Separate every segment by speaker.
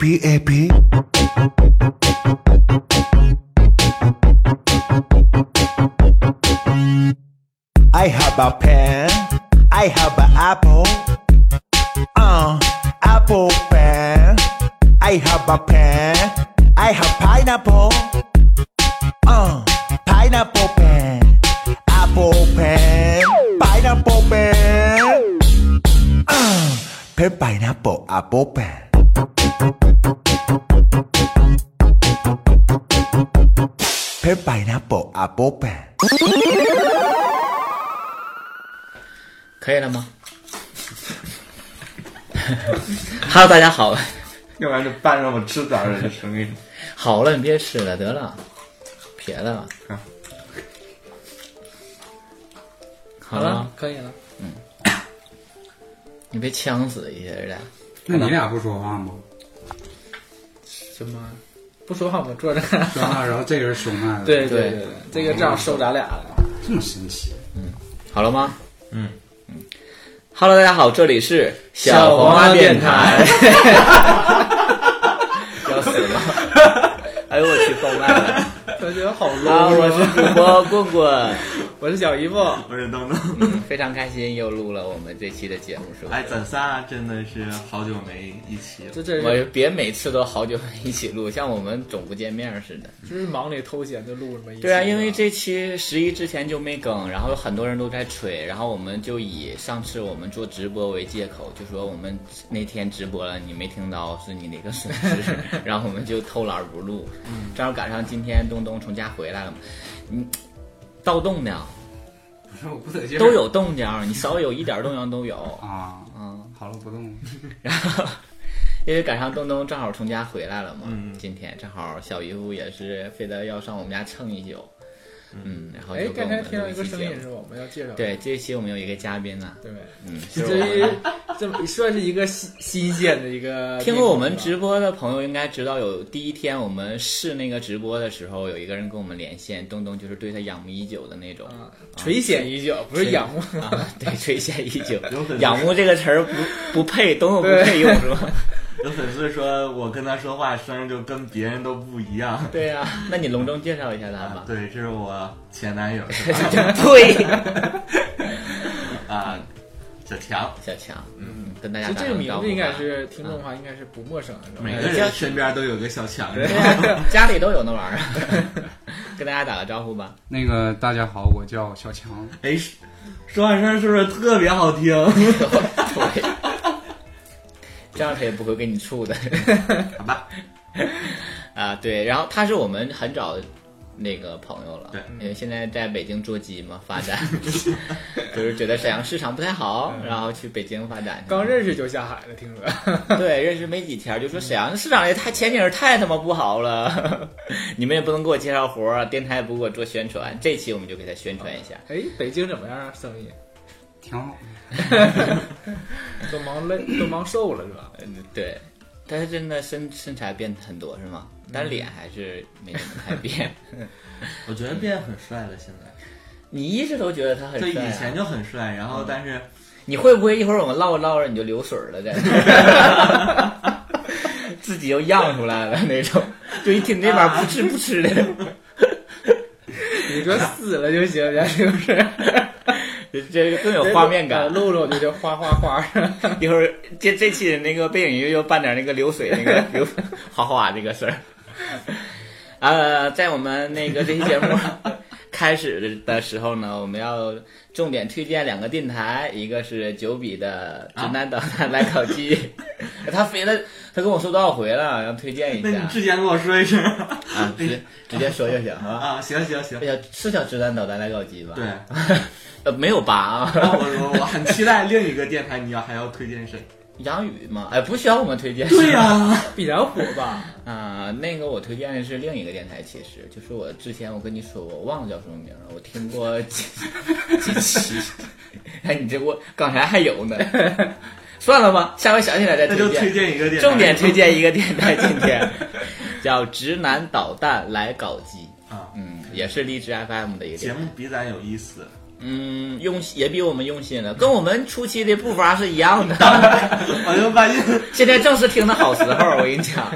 Speaker 1: BBAB，
Speaker 2: I have a pen. I have an apple. Uh, apple pen. I have a pen. I have pineapple. Uh, pineapple pen. Apple pen. Pineapple pen. Uh, pen pineapple apple pen. เพ็นไปนะโปะอาโปะแปะ
Speaker 3: 可以了吗？Hello，大家好，
Speaker 4: 要不然就扮让我吃点儿的声音。
Speaker 3: 好了，你别吃了，得了，撇了吧
Speaker 4: 啊。
Speaker 3: 好了，，
Speaker 5: 可以了。
Speaker 3: 你被呛死一下似的。
Speaker 6: 那你俩不说话吗？
Speaker 5: 什么？不说话，我坐着 看。
Speaker 6: 说 话，然后这个人收麦了，
Speaker 5: 对
Speaker 3: 对
Speaker 5: 对对，这个账收咱俩了。
Speaker 6: 这么神奇。
Speaker 3: 好了吗？嗯嗯。Hello，大家好，这里是
Speaker 5: 黄
Speaker 3: 鸭
Speaker 5: 鸭电
Speaker 3: 台。 要死了！哎呦我去，爆麦了！
Speaker 5: 我觉得好 low
Speaker 3: 啊，
Speaker 5: 啊
Speaker 3: 我是主播棍棍，
Speaker 5: 我是小姨夫，
Speaker 4: 我是东东，
Speaker 3: 非常开心又录了我们这期的节目，是吧
Speaker 4: 哎，？咱仨真的是好久没一起了。
Speaker 5: 这这
Speaker 3: 我
Speaker 5: 是
Speaker 3: 别每次都好久没一起录，像我们总不见面似的。
Speaker 5: 就是忙里偷闲就录这么一期。
Speaker 3: 对啊，因为这期十一之前就没更，然后有很多人都在吹，然后我们就以上次我们做直播为借口，就说我们那天直播了，你没听到是你的一个损失， 然后我们就偷懒不录。正好赶上今天东东从家回来了嘛，你盗动呢
Speaker 6: 不是，我不得劲儿
Speaker 3: 都有动静儿，你稍有一点动静都有。
Speaker 6: 啊。
Speaker 3: 嗯，
Speaker 6: 好了，不动了。
Speaker 3: 然后 因为赶上东东正好从家回来了嘛，
Speaker 4: 嗯
Speaker 3: 今天正好小姨夫也是非得要上我们家蹭一宿，嗯，然后
Speaker 5: 哎
Speaker 3: 就，给
Speaker 5: 刚
Speaker 3: 我
Speaker 5: 才
Speaker 3: 们
Speaker 5: 听到
Speaker 3: 录
Speaker 5: 一
Speaker 3: 一
Speaker 5: 个
Speaker 3: 期
Speaker 5: 声
Speaker 3: 节目
Speaker 5: 音。是我们要介绍的
Speaker 3: 对，这一期我们有一个嘉宾呢，
Speaker 5: 对，
Speaker 3: 嗯，是我
Speaker 5: 这
Speaker 3: 们
Speaker 5: 一这算是一个新新鲜的 一个。
Speaker 3: 听过我们直播的朋友应该知道，有第一天我们试那个直播的时候，有一个人跟我们连线，东东就是对他仰慕已久的那种。
Speaker 5: 啊，垂涎已久，不是仰慕。
Speaker 3: 啊，对，垂涎已久
Speaker 4: 有可能，是
Speaker 3: 仰慕这个词儿不不配，东东不配用是吧？
Speaker 4: 有粉丝说我跟他说话声儿就跟别人都不一样。
Speaker 3: 对呀、
Speaker 5: 啊
Speaker 3: 那你隆重介绍一下他吧。
Speaker 4: 对，这是我前男 友是吧
Speaker 3: 对，
Speaker 4: 啊，小强，
Speaker 3: 小强，嗯，跟大家
Speaker 5: 就
Speaker 3: 打
Speaker 5: 这个
Speaker 3: 声
Speaker 5: 名
Speaker 3: 招呼
Speaker 5: 字应该
Speaker 3: 吧
Speaker 5: 是听众的话，应该是不陌生的。
Speaker 4: 每个人身边都有个小强。
Speaker 5: 对
Speaker 3: 家里都有那玩意儿， 跟大家打个招呼吧。
Speaker 6: 那个大家好，我叫小强，
Speaker 4: 哎，说话声儿是不是特别好听？
Speaker 3: 对，这样他也不会跟你处的。
Speaker 4: 好吧，
Speaker 3: 啊，对，然后他是我们很早的那个朋友了，
Speaker 4: 对，
Speaker 3: 因为现在在北京做鸡嘛，发展，就是觉得沈阳市场不太好，然后去北京发展去了。
Speaker 5: 刚认识就下海了，听说。
Speaker 3: 对，认识没几天，就说沈阳市场也太前景儿太他妈不好了， 你们也不能给我介绍活儿，啊电台也不给我做宣传，这期我们就给他宣传一下。
Speaker 5: 哎，北京怎么样啊？生意
Speaker 6: 挺好。
Speaker 5: 都 忙累，都忙瘦了是吧？
Speaker 3: 嗯，对，但是真的身身材变很多是吗？
Speaker 4: 嗯
Speaker 3: 但脸还是没怎么 太变。
Speaker 4: 我觉得变很帅了，现在。
Speaker 3: 你一直都觉得他很
Speaker 4: 对，
Speaker 3: 帅啊、
Speaker 4: 以前就很帅，然
Speaker 5: 嗯
Speaker 4: 后但是
Speaker 3: 你会不会一会儿我们唠着唠着你就流水了， 在自己又漾出来了那种，就一听这边不
Speaker 5: 啊
Speaker 3: 吃不吃的，
Speaker 5: 你说死了就行，咱是不是？
Speaker 3: 这这更有画面
Speaker 5: 呃
Speaker 3: 感。
Speaker 5: 露露就叫花花花，
Speaker 3: 一会儿这这期的那个背景音乐又办点那个流水那 个流哗哗这个事儿。呃，在我们那个这期节目 开始的时候呢，我们要重点推荐两个电台，一个是九比的
Speaker 5: 啊
Speaker 3: 直男导弹来烤鸡， 他飞了，他跟我说多少回了，要推荐一
Speaker 4: 那
Speaker 3: 下。
Speaker 4: 你之前跟我说一声
Speaker 3: 啊，
Speaker 4: 哎
Speaker 3: 直接直接说就行啊。
Speaker 4: 啊，行行行
Speaker 3: 哎，呀，是叫直男导弹来搞基吧？
Speaker 4: 对。，
Speaker 3: 呃，没有吧
Speaker 4: 然后
Speaker 3: 啊？
Speaker 4: 我说我很期待另一个电台，你要还要推荐 谁？
Speaker 3: 杨宇嘛，哎，不需要我们推荐。
Speaker 4: 对呀、
Speaker 5: 必然火吧？
Speaker 3: 啊、那个我推荐的是另一个电台，其实就是我之前我跟你说过，我忘了叫什么名了，我听 过几几期。 哎，你这我刚才还有呢， 算了吧，下回想起来再
Speaker 4: 那就
Speaker 3: 推
Speaker 4: 推
Speaker 3: 荐。
Speaker 4: 荐一个电台，
Speaker 3: 重点推荐一个电台，今天 叫直男导弹来搞基，
Speaker 4: 啊，
Speaker 3: 嗯，也是荔枝 FM 的一个
Speaker 4: 节
Speaker 3: 电台
Speaker 4: 目比咱有意思。
Speaker 3: 嗯，用也比我们用心了，跟我们初期的步伐是一样的。
Speaker 1: 我就发现
Speaker 3: 现在正是听的好时候，我跟你讲，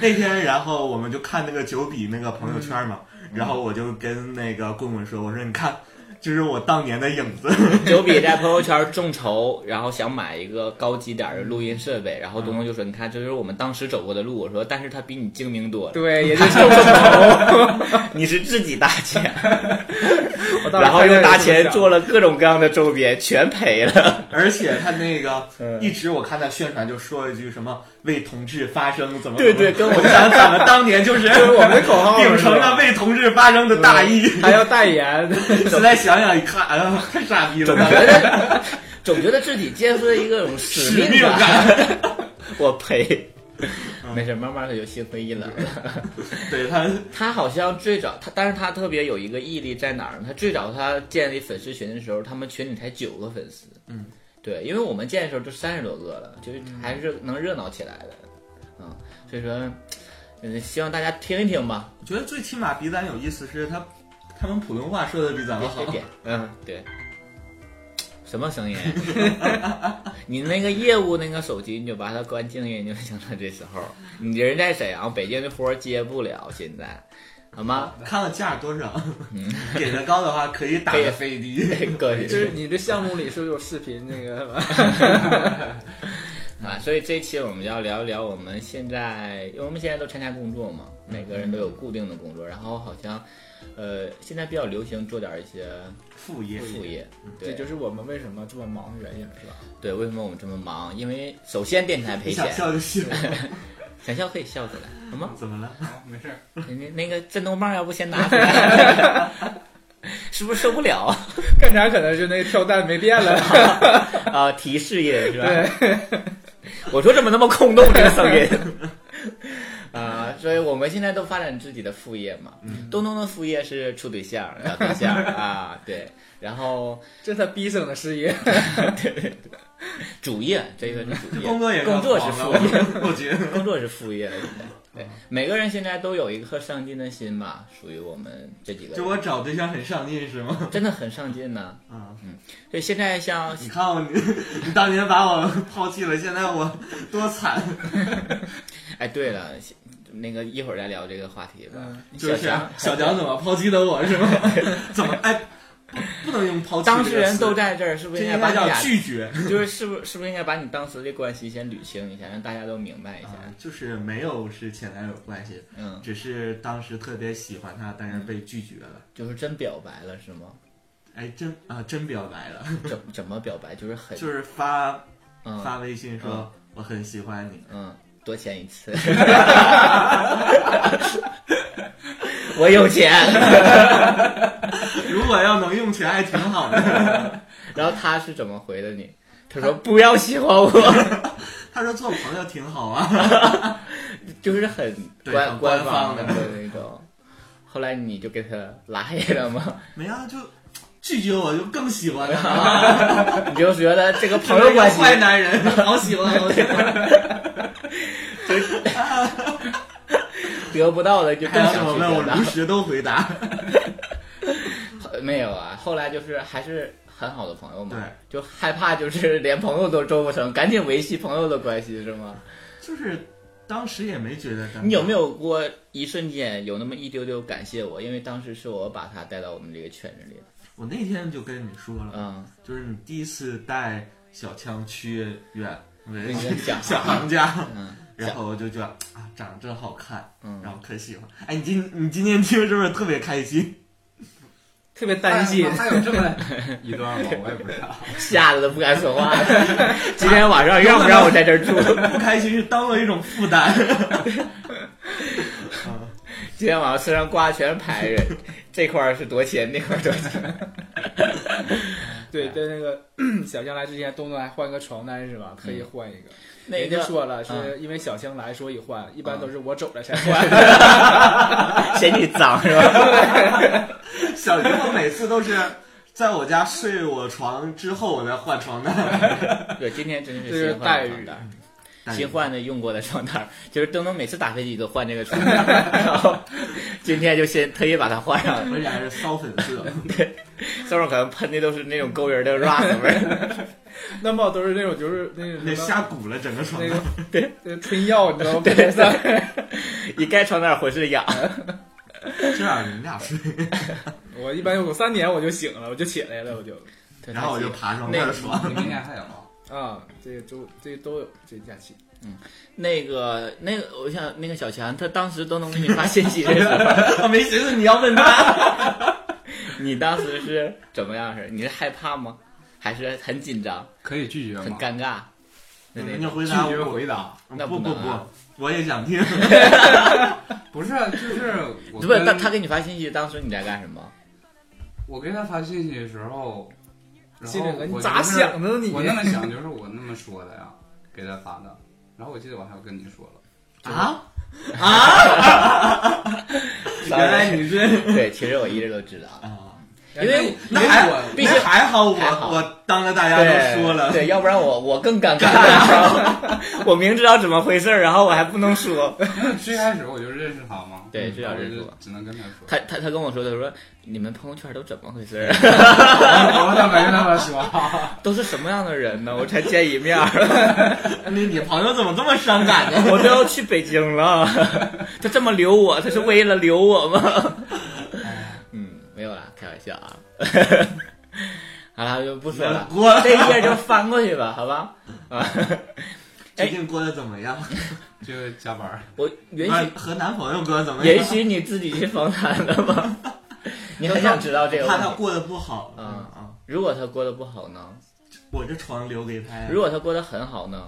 Speaker 1: 那天，然后我们就看那个九比那个朋友圈嘛，
Speaker 3: 嗯
Speaker 1: 然后我就跟那个棍棍说，我说你看，就是我当年的影子。
Speaker 3: 九比在朋友圈众筹，然后想买一个高级点儿的录音设备，然后东东就说：“你看，这就是我们当时走过的路。”我说：“但是他比你精明多了，
Speaker 5: 对，也就是众筹，
Speaker 3: 你是自己搭钱，
Speaker 5: 我当时
Speaker 3: 然后
Speaker 5: 看
Speaker 3: 又
Speaker 5: 见
Speaker 3: 搭
Speaker 5: 也这么
Speaker 3: 钱
Speaker 5: 想
Speaker 3: 做了各种各样的周边，全赔了。
Speaker 1: 而且他那个
Speaker 3: 嗯
Speaker 1: 一直我看他宣传就说了一句什么为同志发声怎么怎么
Speaker 3: 对对跟我
Speaker 1: 我想咱们当年就是就是
Speaker 5: 我们的口号
Speaker 1: 秉
Speaker 5: 是
Speaker 1: 承
Speaker 5: 吧
Speaker 1: 了为同志发声的大义。
Speaker 3: 嗯
Speaker 5: 还要代言，
Speaker 1: 现在想想一看，哎呀，太傻逼 了，
Speaker 3: 觉得总觉得自己肩负着一个种使
Speaker 1: 使
Speaker 3: 命
Speaker 1: 命感。
Speaker 3: 我赔。 没事，慢慢的就心灰意冷了。
Speaker 1: 对他，
Speaker 3: 他好像最早他，但是他特别有一个毅力在哪儿呢？他最早他建立粉丝群的时候，他们群里才九个粉丝。
Speaker 1: 嗯，
Speaker 3: 对，因为我们建的时候就三十多个了，就是还是能热闹起来的。嗯，所以说，嗯，希望大家听一听吧，
Speaker 1: 我觉得最起码比咱有意思是他，他们普通话说的比咱
Speaker 3: 别
Speaker 1: 们
Speaker 3: 别
Speaker 1: 好。
Speaker 3: 点，嗯，对。什么声音？啊 你那个业务那个手机，你就把它关静音就行了。这时候，你人在沈阳，北京的活儿接不了，现在，好吗？
Speaker 1: 看看价多少， 给的高的话可以
Speaker 3: 嗯
Speaker 1: 打
Speaker 3: 可以
Speaker 1: 的飞低。
Speaker 3: 各位
Speaker 5: 就是你这项目里是不是有视频那个什么？
Speaker 3: 啊，所以这期我们要聊一聊我们现在，因为我们现在都参加工作嘛，每个人都有固定的工作，然后好像，呃，现在比较流行做点一些
Speaker 1: 副业，
Speaker 3: 副业，
Speaker 5: 这
Speaker 3: 对，
Speaker 5: 就是我们为什么这么忙的原因，是吧？
Speaker 3: 对，为什么我们这么忙？因为首先电台赔
Speaker 1: 你
Speaker 3: 钱
Speaker 1: 想，笑就行。
Speaker 3: 想笑可以笑出来，好吗？
Speaker 1: 怎么了？
Speaker 7: 好，没事儿。
Speaker 3: 那那个震动棒要不先拿出来， 是不是受不了啊？
Speaker 5: 干啥可能是那个跳蛋没电了，
Speaker 3: 啊，提事业是吧？ 我说怎么那么空洞这个声音？ 啊，所以我们现在都发展自己的副业嘛。东东的副业是处对象、找对象 啊，对。然后
Speaker 5: 这他逼生的事业。
Speaker 3: 主业这个是主业，
Speaker 1: 工作也
Speaker 3: 嗯工作是
Speaker 1: 干
Speaker 3: 副
Speaker 1: 不
Speaker 3: 业，
Speaker 1: 好 了，我觉得。
Speaker 3: 工作是副 业。对，每个人现在都有一颗上进的心吧，属于我们这几个
Speaker 1: 就
Speaker 3: 人，
Speaker 1: 我找对象很上进 是吗？
Speaker 3: 真的很上进呢、
Speaker 1: 啊，
Speaker 3: 所以现在像
Speaker 1: 你看我，你你当年把我抛弃了，现在我多惨。
Speaker 3: 哎，对了，那个一会儿再聊这个话题吧。
Speaker 1: 嗯就是
Speaker 3: 小强，
Speaker 1: 小强怎么抛弃的我 是吗？怎么哎，不能用抛弃这个
Speaker 3: 当
Speaker 1: 词。
Speaker 3: 事人都在这儿，是不
Speaker 1: 这
Speaker 3: 是应
Speaker 1: 应
Speaker 3: 该把你
Speaker 1: 该叫
Speaker 3: 俩
Speaker 1: 拒绝。
Speaker 3: 就是是不是是不是应该把你当时的关系先捋清一下，让大家都明白一下？
Speaker 1: 啊就是没有是前男友关系，
Speaker 3: 嗯，
Speaker 1: 只是当时特别喜欢他，但是被拒绝了。
Speaker 3: 就是真表白了是吗？
Speaker 1: 哎，真啊，真表白了，
Speaker 3: 怎怎么表白？就是很
Speaker 1: 就是发发
Speaker 3: 嗯
Speaker 1: 微信说我很喜欢你，
Speaker 3: 嗯，多钱一次？ 我有钱。
Speaker 1: 如果要能用起来还挺好的。
Speaker 3: 然后他是怎么回的你？他说不要喜欢我，
Speaker 1: 他说做朋友挺好啊，
Speaker 3: 就是很
Speaker 1: 对
Speaker 3: 官
Speaker 1: 很官
Speaker 3: 方
Speaker 1: 方的
Speaker 3: 那种。后来你就给他拉黑了吗？
Speaker 1: 没啊就拒绝我就更喜欢他，
Speaker 3: 你就觉得这个 朋友 关系
Speaker 1: 坏男人，好喜欢好喜欢，
Speaker 3: 得不到的就更
Speaker 1: 还有
Speaker 3: 想
Speaker 1: 什么
Speaker 3: 去
Speaker 1: 问
Speaker 3: 得
Speaker 1: 我
Speaker 3: 到
Speaker 1: 如。实都回答。
Speaker 3: 呃没有啊，后来就是还是很好的朋友嘛。
Speaker 1: 对，
Speaker 3: 就害怕就是连朋友都做不成，赶紧维系朋友的关系是吗？
Speaker 1: 就是当时也没觉得尴尬，
Speaker 3: 你有没有过一瞬间有那么一丢丢感谢我？因为当时是我把他带到我们这个圈子里的。
Speaker 1: 我那天就跟你说了，
Speaker 3: 嗯，
Speaker 1: 就是你第一次带小枪去远文
Speaker 3: 那个小
Speaker 1: 小行家，
Speaker 3: 嗯
Speaker 1: 然后我就觉得啊，长得真好看，
Speaker 3: 嗯
Speaker 1: 然后可喜欢。哎，你今你今天听是不是特别开心？
Speaker 5: 特别担心
Speaker 7: 哎，还有这么一段吗？我也不知道。
Speaker 3: 吓得都不敢说话。 今天晚上让不让我在这儿住？
Speaker 1: 不开心是当了一种负担。
Speaker 3: 今天晚上身上挂的全是牌人，这块儿是多钱，那块儿多钱。
Speaker 5: 对对，那个 小江来之前，东东还换个床单是吧？特意换一 个。
Speaker 3: 嗯那
Speaker 5: 人家
Speaker 3: 个
Speaker 5: 说了，
Speaker 3: 嗯
Speaker 5: 是因为小江来，所以换。一般
Speaker 3: 嗯
Speaker 5: 都是我走了才 换。
Speaker 3: 嫌你脏是吧？
Speaker 1: 小姨夫每次都是在我家睡我床之后，我再换床单。
Speaker 3: 对，今天真是
Speaker 5: 这
Speaker 3: 新
Speaker 5: 是
Speaker 3: 换
Speaker 5: 待
Speaker 3: 的
Speaker 5: 遇
Speaker 3: 床单儿。
Speaker 1: 但是
Speaker 3: 新换的用过的床单儿， 就是东东每次打飞机都换这个床 单儿，然后今天就先特意把它换上了。
Speaker 1: 而且还是骚粉色，
Speaker 3: 这会儿可能喷的都是那种勾人的 rock 味 儿，
Speaker 5: 那么都是那种就是那
Speaker 1: 那
Speaker 5: 种什么
Speaker 1: 吓鼓了整个床
Speaker 5: 那
Speaker 1: 单。
Speaker 5: 个对春药，你知道吗？白色
Speaker 3: 一盖床单浑身痒。
Speaker 1: 这样你们俩睡，
Speaker 5: 我一般有三年我就醒了，我就起来了，我就
Speaker 1: 然后我就爬上他的床。
Speaker 6: 你明年还有？
Speaker 5: 啊，这周这都有这假期，
Speaker 3: 那个那个，我想那个小强，他当时都能给你发信息的时候，
Speaker 1: 我没寻思你要问他，
Speaker 3: 你当时是怎么样式？你是害怕吗？还是很紧张、
Speaker 6: 可以拒绝
Speaker 3: 很
Speaker 6: 吗？
Speaker 3: 尴尬？那
Speaker 1: 你
Speaker 3: 那
Speaker 1: 就回
Speaker 6: 拒
Speaker 1: 答
Speaker 6: 绝
Speaker 1: 我。
Speaker 6: 回答，
Speaker 3: 那
Speaker 1: 不
Speaker 3: 不
Speaker 1: 不
Speaker 3: 能啊
Speaker 1: 不，我也想听。
Speaker 6: 不是，啊就是我
Speaker 3: 不是
Speaker 6: 跟
Speaker 3: 他他给你发信息，当时你在干什么？
Speaker 6: 我给他发信息的时候，然后
Speaker 5: 心里合计
Speaker 6: 我
Speaker 5: 你咋
Speaker 6: 就是
Speaker 5: 想的呢你
Speaker 6: 我那么想就是我那么说的呀，给他发的。然后我记得我还跟你说 了，
Speaker 1: 啊，
Speaker 6: 原来你是
Speaker 3: 对，其实我一直都知道，
Speaker 1: 啊，
Speaker 3: 因为
Speaker 1: 那还
Speaker 6: 我
Speaker 3: 毕竟
Speaker 1: 那还好我，
Speaker 3: 还好
Speaker 1: 我当着大家都
Speaker 3: 对
Speaker 1: 说了，
Speaker 3: 对，要不然我我更尴 尬。我明知道怎么回事儿，然后我还不能说。
Speaker 6: 因为最开始我就认识他嘛，
Speaker 3: 对最
Speaker 6: 然
Speaker 3: 早
Speaker 6: 后我
Speaker 3: 认识
Speaker 6: 就
Speaker 3: 我
Speaker 6: 只能跟他 说。
Speaker 3: 他他他跟我说的，他说你们朋友圈都怎么回事儿？啊
Speaker 6: 我怎么跟他说？
Speaker 3: 都是什么样的人呢？我才见一面儿，
Speaker 1: 你你朋友怎么这么伤感呢？
Speaker 3: 我都要去北京了。他这么留我，他是为了留我吗？
Speaker 1: 哎
Speaker 3: 嗯，没有啦，开玩笑啊。 好了，就不说了，哎
Speaker 1: 过
Speaker 3: 这一页就翻过去吧，好吧？啊，
Speaker 1: 最近过得怎么样？
Speaker 6: 就加班儿，
Speaker 3: 我允
Speaker 1: 啊
Speaker 3: 许
Speaker 1: 和男朋友过得怎么样？
Speaker 3: 允许你自己去访谈的吗？你很想知道这个
Speaker 1: 怕他
Speaker 3: 问题。
Speaker 1: 过得不好。
Speaker 3: 嗯
Speaker 1: 嗯啊，
Speaker 3: 如果他过得不好呢？
Speaker 1: 我这床留给他呀。
Speaker 3: 如果他过得很好呢？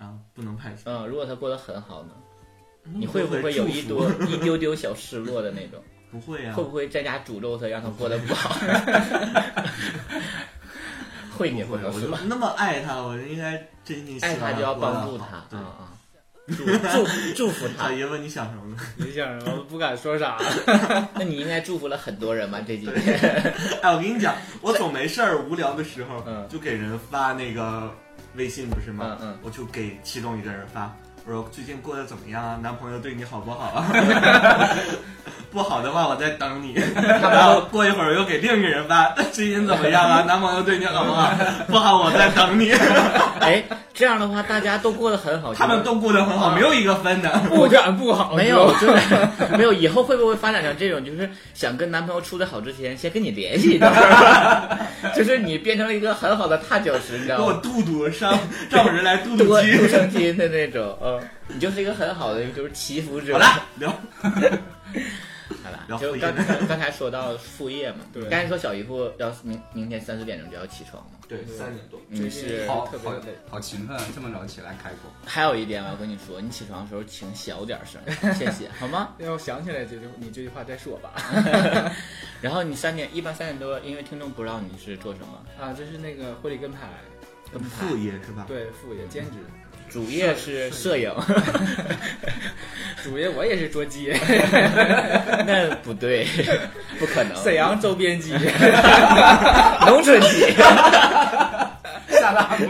Speaker 1: 啊，不能拍戏。
Speaker 3: 嗯，如果他过得很好呢？你
Speaker 1: 你
Speaker 3: 会不会有一
Speaker 1: 多
Speaker 3: 多？一丢丢小失落的那种？
Speaker 1: 不会啊
Speaker 3: 会，不会在家诅咒他，让他过得不好？ 会你会
Speaker 1: 我
Speaker 3: 是
Speaker 1: 就
Speaker 3: 吧？
Speaker 1: 那么爱他，我应该真心希
Speaker 3: 爱
Speaker 1: 望
Speaker 3: 他就要
Speaker 1: 过得
Speaker 3: 帮助
Speaker 1: 好
Speaker 3: 他啊
Speaker 1: 对，
Speaker 3: 啊！祝祝祝福他
Speaker 1: 老，爷问你想什么呢？
Speaker 5: 你想什么不敢说 啥，
Speaker 3: 那你应该祝福了很多人吧？这几天，
Speaker 1: 哎，我跟你讲，我总没事儿无聊的时候，
Speaker 3: 嗯
Speaker 1: 就给人发那个微信，不是吗？
Speaker 3: 嗯嗯
Speaker 1: 我就给其中一个人发，我说最近过得怎么样啊？男朋友对你好不 好啊？ 不好的话，我再等你。然后过一会儿又给另一个人发， 最近怎么样啊？男朋友对你好不好？不好，我再等你。
Speaker 3: 哎，这样的话大家都过得很好，
Speaker 1: 他们都过得很好，
Speaker 3: 嗯
Speaker 1: 没有一个分的。
Speaker 5: 不敢不好，
Speaker 3: 没
Speaker 5: 你
Speaker 3: 有
Speaker 5: 知道吗，
Speaker 3: 就是没有。以后会不会发展成这种，就是想跟男朋友处得好之前，先跟你联系一段儿， 就是你变成了一个很好的踏脚石，你知
Speaker 1: 给
Speaker 3: 道
Speaker 1: 我
Speaker 3: 吗？
Speaker 1: 肚肚上让我人来肚
Speaker 3: 多
Speaker 1: 肚
Speaker 3: 独
Speaker 1: 鸡。
Speaker 3: 生亲的那种，嗯，你就是一个很好的就是祈福者。
Speaker 1: 好了，聊
Speaker 3: 好了，
Speaker 1: 然后
Speaker 3: 就
Speaker 1: 副业
Speaker 3: 刚才刚才说到副业嘛，
Speaker 5: 对
Speaker 3: 刚才说小姨夫要明明天三四点钟就要起床嘛，
Speaker 1: 对三点多，
Speaker 3: 你是
Speaker 6: 好
Speaker 5: 特别
Speaker 6: 好
Speaker 5: 累
Speaker 6: 好勤奋，啊这么早起来开 口。
Speaker 3: 还有一点我要跟你说，你起床的时候请小点声，谢谢，好 吗？
Speaker 5: 让我想起来这句你这句话再说吧。
Speaker 3: 然后你三点一般三点多，因为听众不知道你是做什么，
Speaker 5: 啊，这是那个婚礼跟拍，
Speaker 3: 跟拍
Speaker 1: 副业是吧？
Speaker 5: 对副业兼职，
Speaker 3: 主业是摄影，
Speaker 5: 主业我也是捉鸡，
Speaker 3: 那不 对，不可能，
Speaker 5: 沈阳周 边鸡，
Speaker 3: 农村鸡，
Speaker 6: 下大步，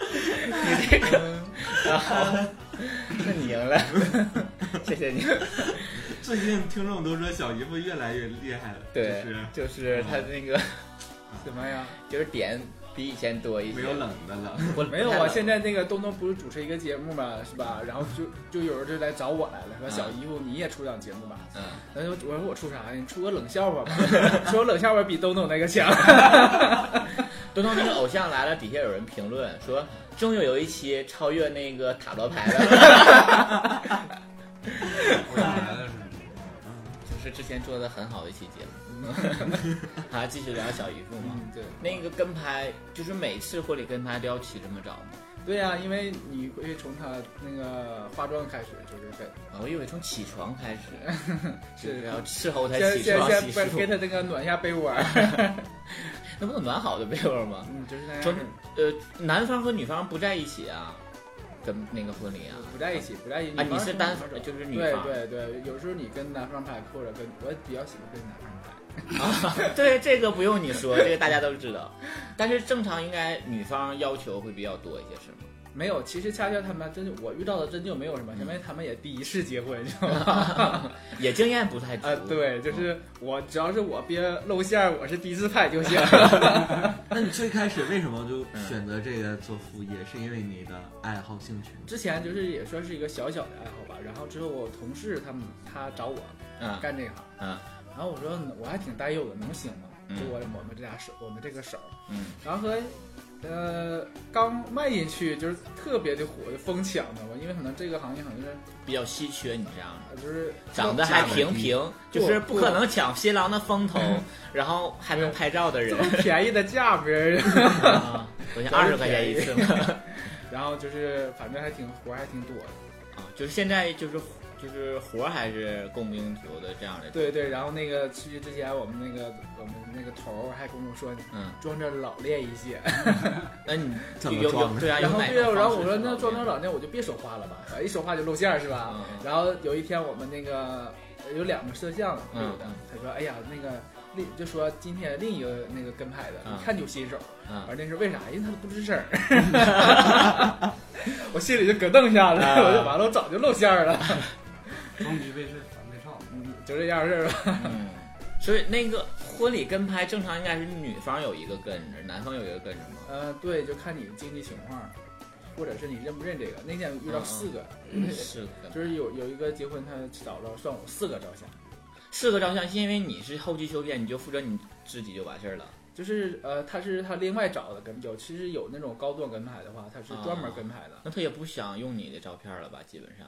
Speaker 3: 你这
Speaker 5: 嗯
Speaker 3: 个，然后 那你赢了，谢谢你。
Speaker 1: 最近听众都说小姨夫越来越厉害了，
Speaker 3: 对
Speaker 1: 就
Speaker 3: 就
Speaker 1: 是，
Speaker 3: 是他那个
Speaker 5: 嗯什么呀？
Speaker 3: 就是点比以前多一些，
Speaker 1: 没有冷的了。
Speaker 3: 我
Speaker 5: 没有
Speaker 3: 太
Speaker 5: 啊，
Speaker 3: 冷
Speaker 5: 现在那个东东不是主持一个节目嘛，是吧？然后就就有人就来找我来了，说
Speaker 3: 嗯
Speaker 5: 小姨夫你也出档节目吧。
Speaker 3: 嗯，
Speaker 5: 然后我说我出啥呀？你出个冷笑 话吧，说我冷笑话比东东那个强。
Speaker 3: 东东那个偶像来了，底下有人评论说，终于有一期超越那个塔罗牌 了，
Speaker 6: 我想来的是
Speaker 3: 就是之前做的很好的一期节目。 好，继续聊小姨夫嘛。
Speaker 5: 嗯，对
Speaker 3: 那个跟拍，就是每次婚礼跟拍都要起这么早吗？
Speaker 5: 对呀、因为你会从他那个化妆开始，就是给
Speaker 3: 啊，我以为从起床开始， 就是
Speaker 5: 是
Speaker 3: 要伺候他
Speaker 5: 先
Speaker 3: 起床
Speaker 5: 先
Speaker 3: 洗
Speaker 5: 先给
Speaker 3: 漱，
Speaker 5: 他那个暖一下被窝，
Speaker 3: 那不是暖好的被窝吗？
Speaker 5: 嗯，就是那
Speaker 3: 从
Speaker 5: 样。
Speaker 3: 呃，男方和女方不在一起啊，跟那个婚礼啊，
Speaker 5: 不在一起，不在一起。
Speaker 3: 啊，你是单
Speaker 5: 方
Speaker 3: 方就是女
Speaker 5: 对
Speaker 3: 方，
Speaker 5: 对对，有时候你跟男方拍，或者跟我比较喜欢跟男方拍。
Speaker 3: 啊， 对这个不 用你说，这个大家都知道。但是正常应该女方要求会比较多一些，是吗？
Speaker 5: 没有，其实恰恰他们真就我遇到的真就没有什
Speaker 3: 嗯
Speaker 5: 么，因为他们也第一次结婚，知道 吗？
Speaker 3: 也经验不太 足。
Speaker 5: 啊，对，就是我只要是我别露馅儿，我是第一次拍就 行。
Speaker 4: 那你最开始为什么就选择这个做副业？是因为你的爱好兴趣吗？
Speaker 5: 之前就是也算是一个小小的爱好吧，然后之后我同事他们他找我
Speaker 3: 嗯
Speaker 5: 干这行，
Speaker 3: 嗯
Speaker 5: 然后我说我还挺担忧的，能行吗？
Speaker 3: 嗯
Speaker 5: 就我我们这俩手，我们这个手，
Speaker 3: 嗯，
Speaker 5: 然后和呃刚迈进去就是特别的火，就疯抢的吧，因为可能这个行业可能就是
Speaker 3: 比较稀缺，你这样的。
Speaker 5: 呃就是
Speaker 3: 长得还平平，
Speaker 5: 对
Speaker 3: 就是不可能抢新郎的风 头，然后还能拍照的人
Speaker 5: 这， 么便宜的价别，
Speaker 3: 啊我想二十块钱一次嘛，
Speaker 5: 然后就是反正还挺活儿还挺多的。
Speaker 3: 啊，就是现在就是就是活儿还是供不应求的这样的，
Speaker 5: 对对，然后那个去之前，我们那个我们那个头儿还跟我说，
Speaker 3: 嗯，
Speaker 5: 装着老练一些。
Speaker 3: 那你
Speaker 4: 怎么
Speaker 3: 有
Speaker 4: 装
Speaker 3: 有
Speaker 4: 呢
Speaker 3: 对啊，
Speaker 5: 然
Speaker 3: 有
Speaker 5: 后
Speaker 3: 哪
Speaker 5: 对啊，
Speaker 3: 种
Speaker 5: 然后
Speaker 3: 方
Speaker 5: 我
Speaker 3: 式
Speaker 5: 说
Speaker 3: 是
Speaker 5: 那
Speaker 3: 好
Speaker 5: 装
Speaker 3: 的
Speaker 5: 着老练我就别手画了吧，呃一手画就露馅儿是吧？
Speaker 3: 嗯嗯
Speaker 5: 然后有一天我们那个呃有两个摄像会有的，
Speaker 3: 嗯
Speaker 5: 他说哎呀那个另就说今天另一个那个跟拍的，
Speaker 3: 嗯
Speaker 5: 一看就新手。
Speaker 3: 嗯
Speaker 5: 完那是为啥？因为他都不吱 声儿。 我心里就咯噔一下子，
Speaker 3: 啊
Speaker 5: 我就完了，我早就露馅儿了，
Speaker 6: 终于被是反被照。
Speaker 5: 嗯，就这样式儿吧。
Speaker 3: 嗯，所以那个婚礼跟拍正常应该是女方有一个跟着，男方有一个跟着吗？
Speaker 5: 呃，对，就看你经济情况，或者是你认不认这个。那天
Speaker 3: 嗯
Speaker 5: 遇到四个，
Speaker 3: 是的，
Speaker 5: 嗯就是有有一个结婚，他找着算我四个照相，
Speaker 3: 四个照相是因为你是后期修片，你就负责你自己就完事儿了。
Speaker 5: 就是呃，他是他另外找的跟有，其实有那种高段跟拍的话，他是专
Speaker 3: 哦
Speaker 5: 门跟拍的。
Speaker 3: 那他也不想用你的照片了吧？基本上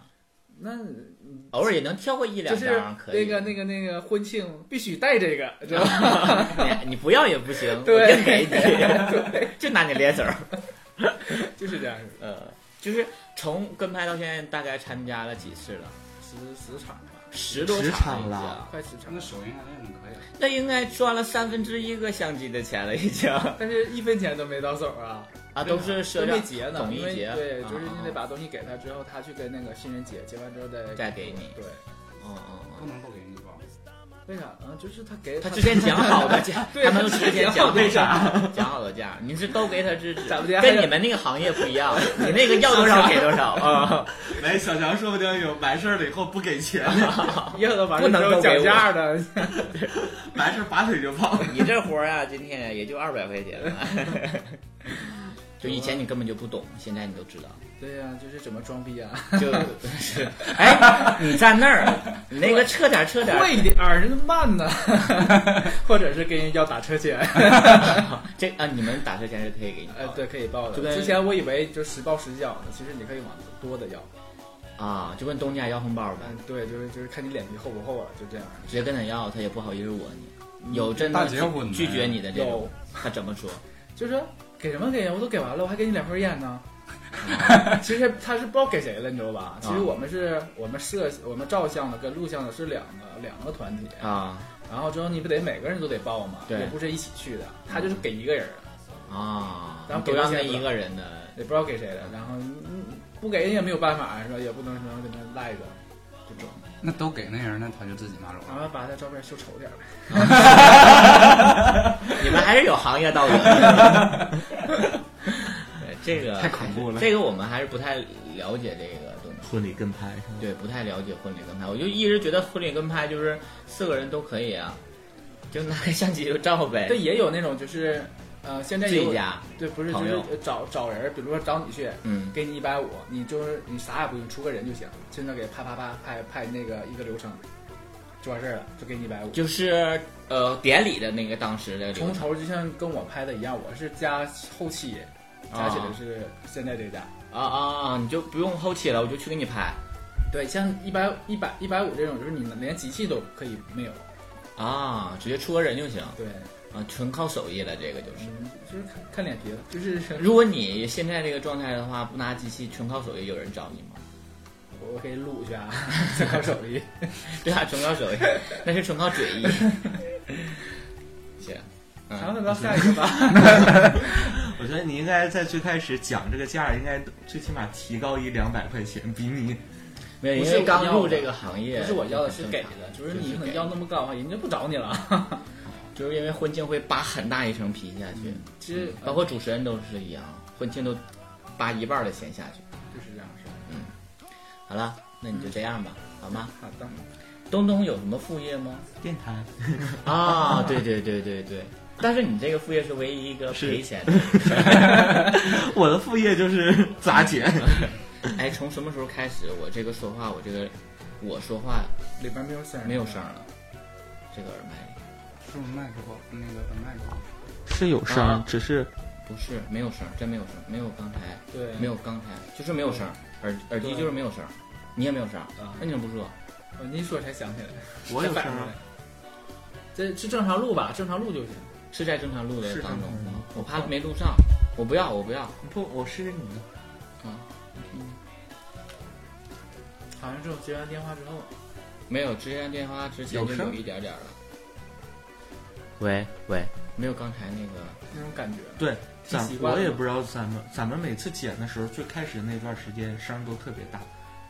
Speaker 5: 那
Speaker 3: 偶尔也能挑个一
Speaker 5: 就
Speaker 3: 两
Speaker 5: 是
Speaker 3: 张，可以。
Speaker 5: 那个那个那个婚庆必须带这个，知道吧？
Speaker 3: 你你不要也不行，
Speaker 5: 对
Speaker 3: 我就 给你，就拿你练手。
Speaker 5: 就是这样式的，
Speaker 3: 呃，就是从跟拍到现在，大概参加了几次了？
Speaker 5: 十十场吧，
Speaker 3: 十多
Speaker 4: 十
Speaker 3: 场
Speaker 4: 场了
Speaker 3: 已经啊
Speaker 5: 快十场
Speaker 6: 那
Speaker 5: 了，
Speaker 6: 手应该练的可以了，
Speaker 3: 那应该赚了三分之一个相机的钱了，已经啊，
Speaker 5: 但是一分钱都没到手啊，
Speaker 3: 都是
Speaker 5: 都
Speaker 3: 摄
Speaker 5: 没
Speaker 3: 像
Speaker 5: 结呢，
Speaker 3: 综艺
Speaker 5: 因为
Speaker 3: 节，
Speaker 5: 对，就是
Speaker 3: 啊
Speaker 5: 你得把东西给他之后，他去跟那个新人结，结完之后再
Speaker 3: 再给你
Speaker 5: 对。
Speaker 3: 嗯嗯嗯，
Speaker 6: 不能不给你包。
Speaker 5: 为啥？嗯，就是他给
Speaker 3: 他之前讲好的价，
Speaker 5: 对
Speaker 3: 他们都之前讲好
Speaker 5: 他之前
Speaker 3: 的，讲好的价，你是都给他 制止，
Speaker 5: 咱们家还有
Speaker 3: 跟你们那个行业不一 样，你那个要多少给多 少啊，
Speaker 4: 来，小强说不定有完事儿了以后不给钱，
Speaker 5: 也有的完
Speaker 3: 不能
Speaker 5: 了之后
Speaker 3: 都给
Speaker 5: 讲
Speaker 3: 我
Speaker 5: 价的，
Speaker 4: 完事儿拔腿就跑。
Speaker 3: 你这活儿啊，今天也就二百块钱， 就以前你根本就不懂，现在你都知 道。
Speaker 5: 对呀、就是怎么装逼啊？
Speaker 3: 就是，哎，你站那儿，你那个撤点儿撤点儿，
Speaker 5: 一点儿，人慢呢， 或者是跟人要打车钱。
Speaker 3: 这啊，你们打车钱是可以给你报的
Speaker 5: 呃，对，可以报的。
Speaker 3: 就跟
Speaker 5: 之前我以为就实报实缴呢，其实你可以往多的要。
Speaker 3: 啊，就跟东家要红包呗，
Speaker 5: 嗯，对，就是就是看你脸皮厚不厚啊，就这样。
Speaker 3: 直接跟他要，他也不好意思我你。有真的
Speaker 6: 大结婚呢
Speaker 3: 拒拒绝你的这种
Speaker 5: 有，
Speaker 3: 他怎 么说？
Speaker 5: 就是说给什么给呀？我都给完了，我还给你两盒 烟呢。其实他是不知道给谁了，你知道吧？其实
Speaker 3: 啊
Speaker 5: 我们是我们摄我们照相的跟录像的是两个两个团体，
Speaker 3: 啊
Speaker 5: 然后之后你不得每个人都得报吗？
Speaker 3: 对嗯
Speaker 5: 也不是一起去的，他就是给一个人，
Speaker 3: 啊，
Speaker 5: 咱们
Speaker 3: 都
Speaker 5: 给
Speaker 3: 让
Speaker 5: 他
Speaker 3: 那
Speaker 5: 钱吧
Speaker 3: 一个人的，
Speaker 5: 也不知道给谁了，然后嗯不给人也没有办法，说也不能说跟他赖着，就装。
Speaker 6: 那都给那人，那他就自己拿走
Speaker 5: 然
Speaker 6: 了。
Speaker 5: 后把他照片修丑点儿呗。
Speaker 3: 你们还是有行业道德的。 对这个
Speaker 6: 太恐怖了
Speaker 3: 这个我们还是不太了解这个东西。
Speaker 4: 婚礼跟拍是吗？
Speaker 3: 对，不太了解婚礼跟拍，我就一直觉得婚礼跟拍就是四个人都可以啊，就拿个相机就照呗。
Speaker 5: 对，，也有那种就是，呃，现在
Speaker 3: 自己
Speaker 5: 有
Speaker 3: 家，
Speaker 5: 对，不是就
Speaker 3: 朋友
Speaker 5: 是找找人，比如说找你去，
Speaker 3: 嗯，
Speaker 5: 给你一百五，你就是你啥也不用，出个人就行，现在给啪啪啪拍拍那个一个流程，就完事儿了，就给你一百五。
Speaker 3: 就是呃典礼的那个当时的流
Speaker 5: 从
Speaker 3: 程
Speaker 5: 头就像跟我拍的一样，我是加后期，加起来是现在这家。
Speaker 3: 啊啊啊，你就不用后期了，我就去给你拍
Speaker 5: 对，像一百一百一百五这种，就是你连机器都可以没有。
Speaker 3: 啊，直接出个人就行
Speaker 5: 对，
Speaker 3: 啊，纯靠手艺了，这个就是。
Speaker 5: 嗯，就是看看脸皮了， 就是
Speaker 3: 如果你现在这个状态的话，不拿机器，纯靠手艺，有人找你吗？
Speaker 5: 我可以录一下，参考 手艺。
Speaker 3: 对啊，纯靠手艺， 那是纯靠嘴艺。行，
Speaker 5: 咱
Speaker 3: 嗯，
Speaker 5: 们等到下一个吧。
Speaker 4: 我觉得你应该在最开始讲这个价，应该最起码提高一两百块钱，比你
Speaker 3: 没有，
Speaker 5: 不
Speaker 3: 因
Speaker 5: 是
Speaker 3: 为刚
Speaker 5: 我要
Speaker 3: 入
Speaker 5: 的
Speaker 3: 这个行业，
Speaker 5: 不是我要的，是给的，就是你可能要那么高的话，人家不找你了。
Speaker 3: 就是因为婚庆会扒很大一层皮下去，
Speaker 5: 其实
Speaker 3: 包括主持人都是一样，婚庆都扒一半儿的钱下去。
Speaker 5: 就是这样式儿。
Speaker 3: 好了，那你就这样吧，好吗？
Speaker 5: 好的，
Speaker 3: 东东有什么副业吗？
Speaker 4: 电台
Speaker 3: 啊，对对对对对， 但是你这个副业是唯一一个赔钱的。
Speaker 4: 我的副业就是 砸钱，
Speaker 3: 哎，从什么时候开始，我这个说话，我这个我说话
Speaker 5: 里边没有声儿，
Speaker 3: 没有声儿了？这个耳麦里
Speaker 6: 是不是麦克风那个本麦克风？
Speaker 4: 是有
Speaker 3: 声儿
Speaker 4: 只是
Speaker 3: 不是没有声儿，真没有声儿，没有刚才，
Speaker 5: 对，
Speaker 3: 没有刚才，就是没有声儿，耳耳机就是没有声儿，你也没有声儿
Speaker 5: 啊，
Speaker 3: 那你怎么不说？
Speaker 5: 哦。你一说才想起来，
Speaker 4: 我 有声
Speaker 5: 才反应过来
Speaker 4: 儿，。
Speaker 5: 这是正常录吧？正常录就行。
Speaker 3: 是在正常录的
Speaker 4: 是
Speaker 3: 当中
Speaker 4: 正常录，
Speaker 3: 我怕没录上，我不要，我不要，
Speaker 4: 不，我试试你的。
Speaker 5: 好像这种接完电话之后，
Speaker 3: 没有直接电话之前
Speaker 4: 有
Speaker 3: 就
Speaker 4: 声
Speaker 3: 有
Speaker 4: 儿
Speaker 3: 一点点儿了。喂喂，没有刚才那个。
Speaker 5: 那种感觉，
Speaker 4: 对，
Speaker 5: 挺
Speaker 4: 咱
Speaker 5: 习惯
Speaker 4: 我
Speaker 5: 的
Speaker 4: 也不知道咱们咱们每次剪的时候，最开始那段时间声儿都特别大。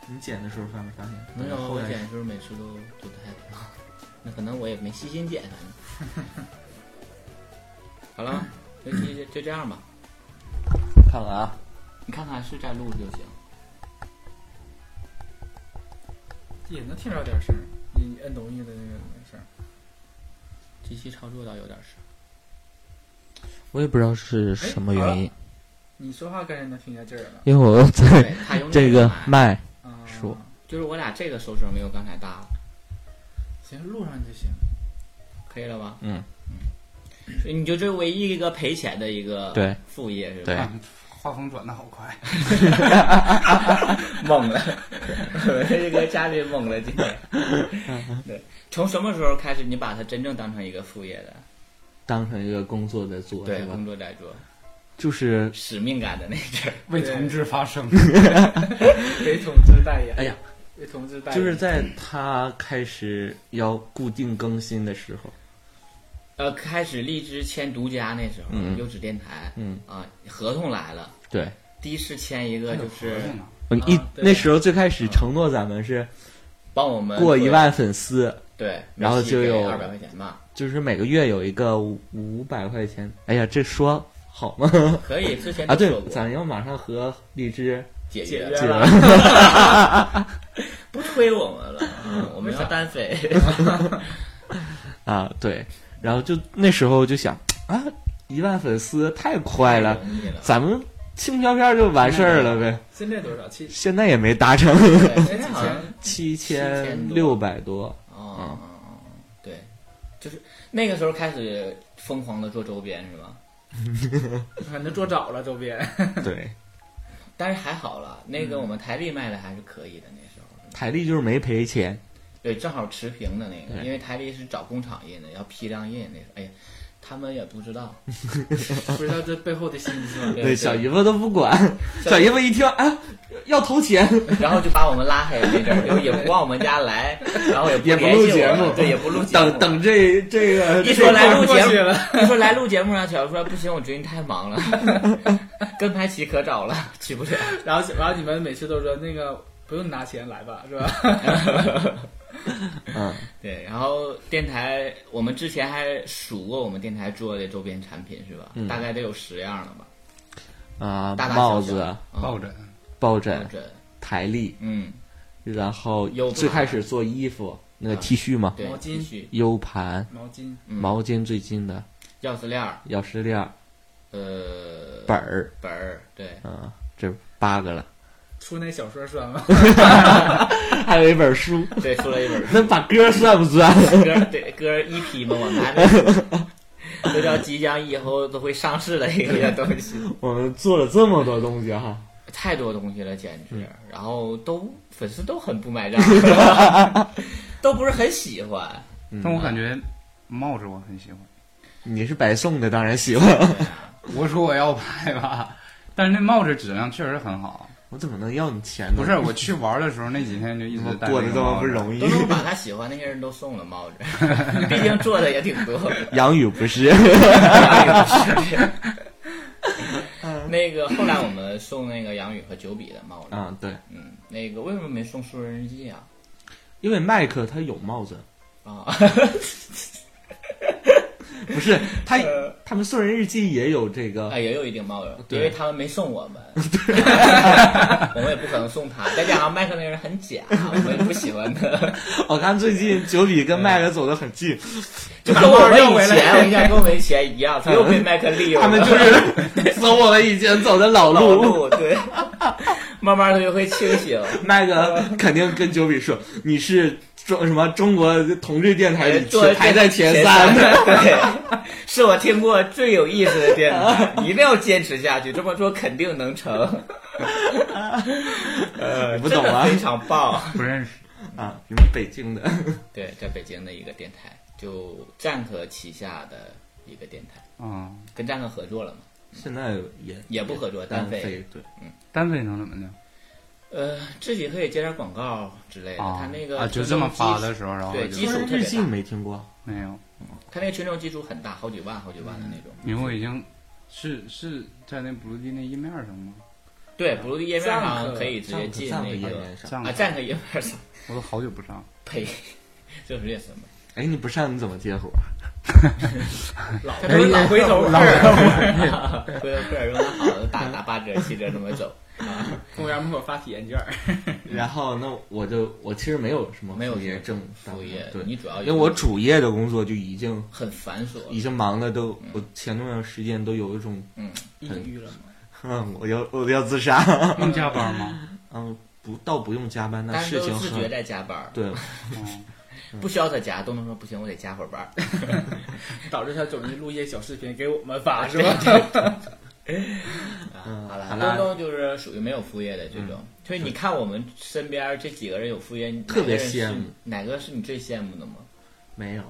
Speaker 4: 你剪的时候发没发现？
Speaker 3: 没有，
Speaker 4: 后
Speaker 3: 我
Speaker 4: 来
Speaker 3: 剪的时候每次都觉得还挺好，那可能我也没细心剪，反正。 好了，这期 就就这样吧，
Speaker 4: 看看啊，
Speaker 3: 你看看是在录就行。
Speaker 5: 也能听着点声儿。你摁抖音的那个那个声儿，
Speaker 3: 这期操作倒有点 事。
Speaker 1: 我也不知道是什么原因，
Speaker 5: 哎你说话跟人能听见劲儿了。
Speaker 1: 因为我在
Speaker 3: 对，他用
Speaker 1: 这
Speaker 3: 个
Speaker 1: 个
Speaker 3: 麦
Speaker 1: 麦，
Speaker 5: 啊，
Speaker 1: 是我
Speaker 3: 就是我俩这个收声没有刚才大，
Speaker 5: 行，录上就行。
Speaker 3: 可以了吧？
Speaker 1: 嗯
Speaker 3: 嗯，所以你就这唯一一个赔钱的一个
Speaker 1: 对
Speaker 3: 副业是吧？
Speaker 1: 对
Speaker 6: 看啊画风转的好快，
Speaker 3: 懵了，这个嘉宾懵了今天。 对，从什么时候开始你把它真正当成一个副业的？
Speaker 1: 当成一个工作在做，
Speaker 3: 对，
Speaker 1: 是吧
Speaker 3: 工？作在做，
Speaker 1: 就是
Speaker 3: 使命感的那阵儿。
Speaker 6: 为同志发 声。
Speaker 5: 给同志代言。
Speaker 4: 哎呀，
Speaker 5: 给同志代言。
Speaker 4: 就是在他开始要固定更新的时候，
Speaker 3: 呃，开始荔枝签独家那时候，
Speaker 1: 嗯
Speaker 3: 优质电台，
Speaker 1: 嗯
Speaker 3: 啊，合同来了，
Speaker 1: 对，
Speaker 3: 第一次签一个就是
Speaker 1: 我
Speaker 5: 啊
Speaker 1: 一
Speaker 5: 对
Speaker 1: 那时候最开始承诺咱们是
Speaker 3: 帮我们
Speaker 1: 过一，万粉丝，
Speaker 3: 对，
Speaker 1: 然后就有
Speaker 3: 二百块钱吧，
Speaker 1: 就是每个月有一个五百块钱。哎呀，这说 好
Speaker 4: 哎
Speaker 1: 吗？
Speaker 3: 可以，之前
Speaker 1: 啊，
Speaker 3: 都
Speaker 1: 对
Speaker 3: 说，过
Speaker 1: 咱要马上和荔枝
Speaker 3: 解
Speaker 5: 解
Speaker 3: 决
Speaker 5: 约
Speaker 4: 啊
Speaker 1: 解
Speaker 5: 了。
Speaker 3: 不推我们了，嗯我们要单 飞，
Speaker 1: 啊，对，然后就那时候就想啊，一万粉丝太快
Speaker 3: 了
Speaker 1: 了，， 咱们轻飘飘就完事儿了呗。
Speaker 5: 现在多少？七
Speaker 1: 现在也没达成，
Speaker 3: 对，
Speaker 5: 现在
Speaker 3: 之
Speaker 5: 好
Speaker 3: 前
Speaker 5: 像
Speaker 1: 七千六百多，
Speaker 3: 哦，
Speaker 1: 嗯
Speaker 3: 对，就是那个时候开始疯狂的做周边是吧？
Speaker 5: 反正做找了周边。
Speaker 1: 对，
Speaker 3: 但是还好了，那个我们台历卖的还是可以的，那时候。
Speaker 1: 台历就是没赔钱，
Speaker 3: 对，正好持平的那个，
Speaker 1: 对
Speaker 3: 因为台历是找工厂印的，要批量印那个。哎呀，他们也不知 道，
Speaker 5: 不知道这背后的辛酸。
Speaker 3: 对
Speaker 1: 小姨夫都不管，
Speaker 3: 小
Speaker 1: 小姨夫一听啊，要投钱，
Speaker 3: 然后就把我们拉黑了那阵儿，就也不往我们家来，然后也不
Speaker 1: 也不
Speaker 3: 联
Speaker 1: 录
Speaker 3: 系
Speaker 1: 节
Speaker 3: 我
Speaker 1: 目，
Speaker 3: 对，也不 录节目。
Speaker 1: 等等这这个
Speaker 3: 一说来 录节
Speaker 5: 过去
Speaker 3: 目
Speaker 5: 了，
Speaker 3: 一说来录节目呢，小姨说不行，我最近太忙了， 跟拍期可早了，去不了。
Speaker 5: 然后然后你们每次都说那个不用拿钱来吧，是吧？
Speaker 1: 嗯，
Speaker 3: 对，然后电台我们之前还数过我们电台做的周边产品是吧？
Speaker 1: 嗯
Speaker 3: 大概得有十样了吧，
Speaker 1: 啊
Speaker 3: 大大小小
Speaker 1: 帽子、
Speaker 6: 抱枕，
Speaker 1: 抱
Speaker 3: 抱
Speaker 1: 枕、
Speaker 3: 枕，
Speaker 1: 台历，
Speaker 3: 嗯，
Speaker 1: 然后
Speaker 3: 有
Speaker 1: 最
Speaker 3: 盘
Speaker 1: 开始做衣服那个
Speaker 3: 啊
Speaker 1: T 恤嘛，
Speaker 3: 对，
Speaker 5: 毛巾
Speaker 3: 必须
Speaker 1: ，U 盘、
Speaker 5: 毛巾、
Speaker 3: 嗯
Speaker 1: 毛巾最近的
Speaker 3: 钥匙链儿，
Speaker 1: 钥匙链儿、
Speaker 3: 呃，
Speaker 1: 本儿，
Speaker 3: 本儿，对，
Speaker 1: 嗯，这八个了，
Speaker 5: 出那小说算吗？
Speaker 1: 还有一本书，
Speaker 3: 对，出了一本儿
Speaker 1: 那把歌算不算？
Speaker 3: 歌，对歌一批嘛，我们还没出，这叫即将以后都会上市的一个东西，
Speaker 1: 我们做了这么多东西哈，
Speaker 3: 太多东西了，简直，然后都粉丝都很不买账， 都不是很喜欢，
Speaker 6: 但我感觉帽子我很喜欢。
Speaker 1: 嗯你是白送的，当然喜欢。
Speaker 6: 我说我要拍吧，但是那帽子质量确实很好。
Speaker 1: 我怎么能要你钱呢？
Speaker 6: 不是，我去玩的时候那几天就一
Speaker 1: 我
Speaker 6: 直戴
Speaker 1: 过得这么不
Speaker 6: 易。
Speaker 1: 容易
Speaker 3: 都。 能把他喜欢那些人都送了帽子，毕竟做的也挺多。
Speaker 1: 杨宇不是，
Speaker 3: 那个后来我们送那个杨宇和九比的帽子，
Speaker 1: 啊，对，
Speaker 3: 嗯，那个为什么没送《素人日记》啊？
Speaker 1: 因为麦克他有帽子，
Speaker 3: 啊，
Speaker 1: 不是他
Speaker 3: 呃
Speaker 1: 他他们送人日记也有这个，
Speaker 3: 啊，也有一定猫友，
Speaker 1: 对
Speaker 3: 因为他们没送我们， 我们也不可能送他。再加上麦克那人很假，我们也不喜欢 他。
Speaker 1: 我看最近九比跟麦克走得很近，
Speaker 3: 就跟我们以前，我跟你讲，跟我们以前一样，他又被麦克利用了。
Speaker 1: 他们就是 走我们以前走的老
Speaker 3: 老
Speaker 1: 路。
Speaker 3: 路，对，慢慢他就会清 醒。
Speaker 1: 麦克肯定跟九比说你是中什么中国同志电台里
Speaker 3: 做
Speaker 1: 排在
Speaker 3: 前
Speaker 1: 哎前三的。
Speaker 3: 的，对，是我听过最有意思的电台，一定要坚持下去，这么做肯定能成。 呃，
Speaker 1: 你不懂啊
Speaker 3: 真的非常棒。
Speaker 6: 不认识。
Speaker 1: 啊，你们北京的，
Speaker 3: 对，在北京的一个电台，就战科旗下的一个电台，
Speaker 6: 嗯，
Speaker 3: 跟战科合作了嘛？
Speaker 1: 现在也
Speaker 3: 也不合作
Speaker 1: 单
Speaker 3: 单飞
Speaker 1: 对，
Speaker 6: 单飞能怎么的？
Speaker 3: 呃，自己可以接点广告之类的。
Speaker 6: 啊
Speaker 3: 他那个
Speaker 6: 啊，就这么发的时候，然后
Speaker 3: 对基
Speaker 6: 就
Speaker 3: 础特别大
Speaker 1: 日记没听过，
Speaker 6: 没有，
Speaker 3: 他那个群众基础很大，好几万、好几万的那种。
Speaker 6: 因为我已经是是在那 blue 地那页面上吗？
Speaker 3: 对，不如页面
Speaker 5: 赞
Speaker 3: 上
Speaker 5: 客
Speaker 3: 可以直接进
Speaker 1: 上
Speaker 3: 那
Speaker 1: 个
Speaker 3: 个
Speaker 1: 年上。
Speaker 6: 上
Speaker 3: 啊，站个页面上，
Speaker 6: 我都好久不上，
Speaker 3: 呸，这是什么？
Speaker 1: 哎，你不上你怎么接啊活？
Speaker 5: 老
Speaker 3: 啊
Speaker 5: 老回头客儿，
Speaker 3: 回头客儿用的好的打打八折、七折这么走，
Speaker 5: 公园门口发体验券儿，
Speaker 1: 然后那我就我其实没有什么
Speaker 3: 没有
Speaker 1: 副业正当
Speaker 3: 副业
Speaker 1: 对，
Speaker 3: 你主要
Speaker 1: 因为我主业的工作就已经
Speaker 3: 很繁琐，
Speaker 1: 已经忙的都，
Speaker 3: 嗯
Speaker 1: 我前段时间都有一种，
Speaker 5: 抑郁了嘛？
Speaker 1: 哼，我要我要自杀，
Speaker 6: 用加班 吗？
Speaker 1: 嗯，不倒不用加班，但
Speaker 3: 但是
Speaker 1: 事
Speaker 3: 都
Speaker 1: 情
Speaker 3: 自觉
Speaker 1: 很
Speaker 3: 在加班儿，
Speaker 1: 对，
Speaker 6: 嗯，
Speaker 3: 不需要他加，都能说不行，我得加会儿班儿。 啊
Speaker 5: 导致他总是录一些小视频给我们发，是吧？
Speaker 1: 嗯，
Speaker 3: 好了，
Speaker 1: 好
Speaker 3: 东
Speaker 1: 了，
Speaker 3: 东就是属于没有副业的这种，所以你看我们身边儿这几个人有副业，你
Speaker 1: 特别
Speaker 3: 哪个人是
Speaker 1: 羡慕，
Speaker 3: 哪个是你最羡慕的吗？
Speaker 1: 没有，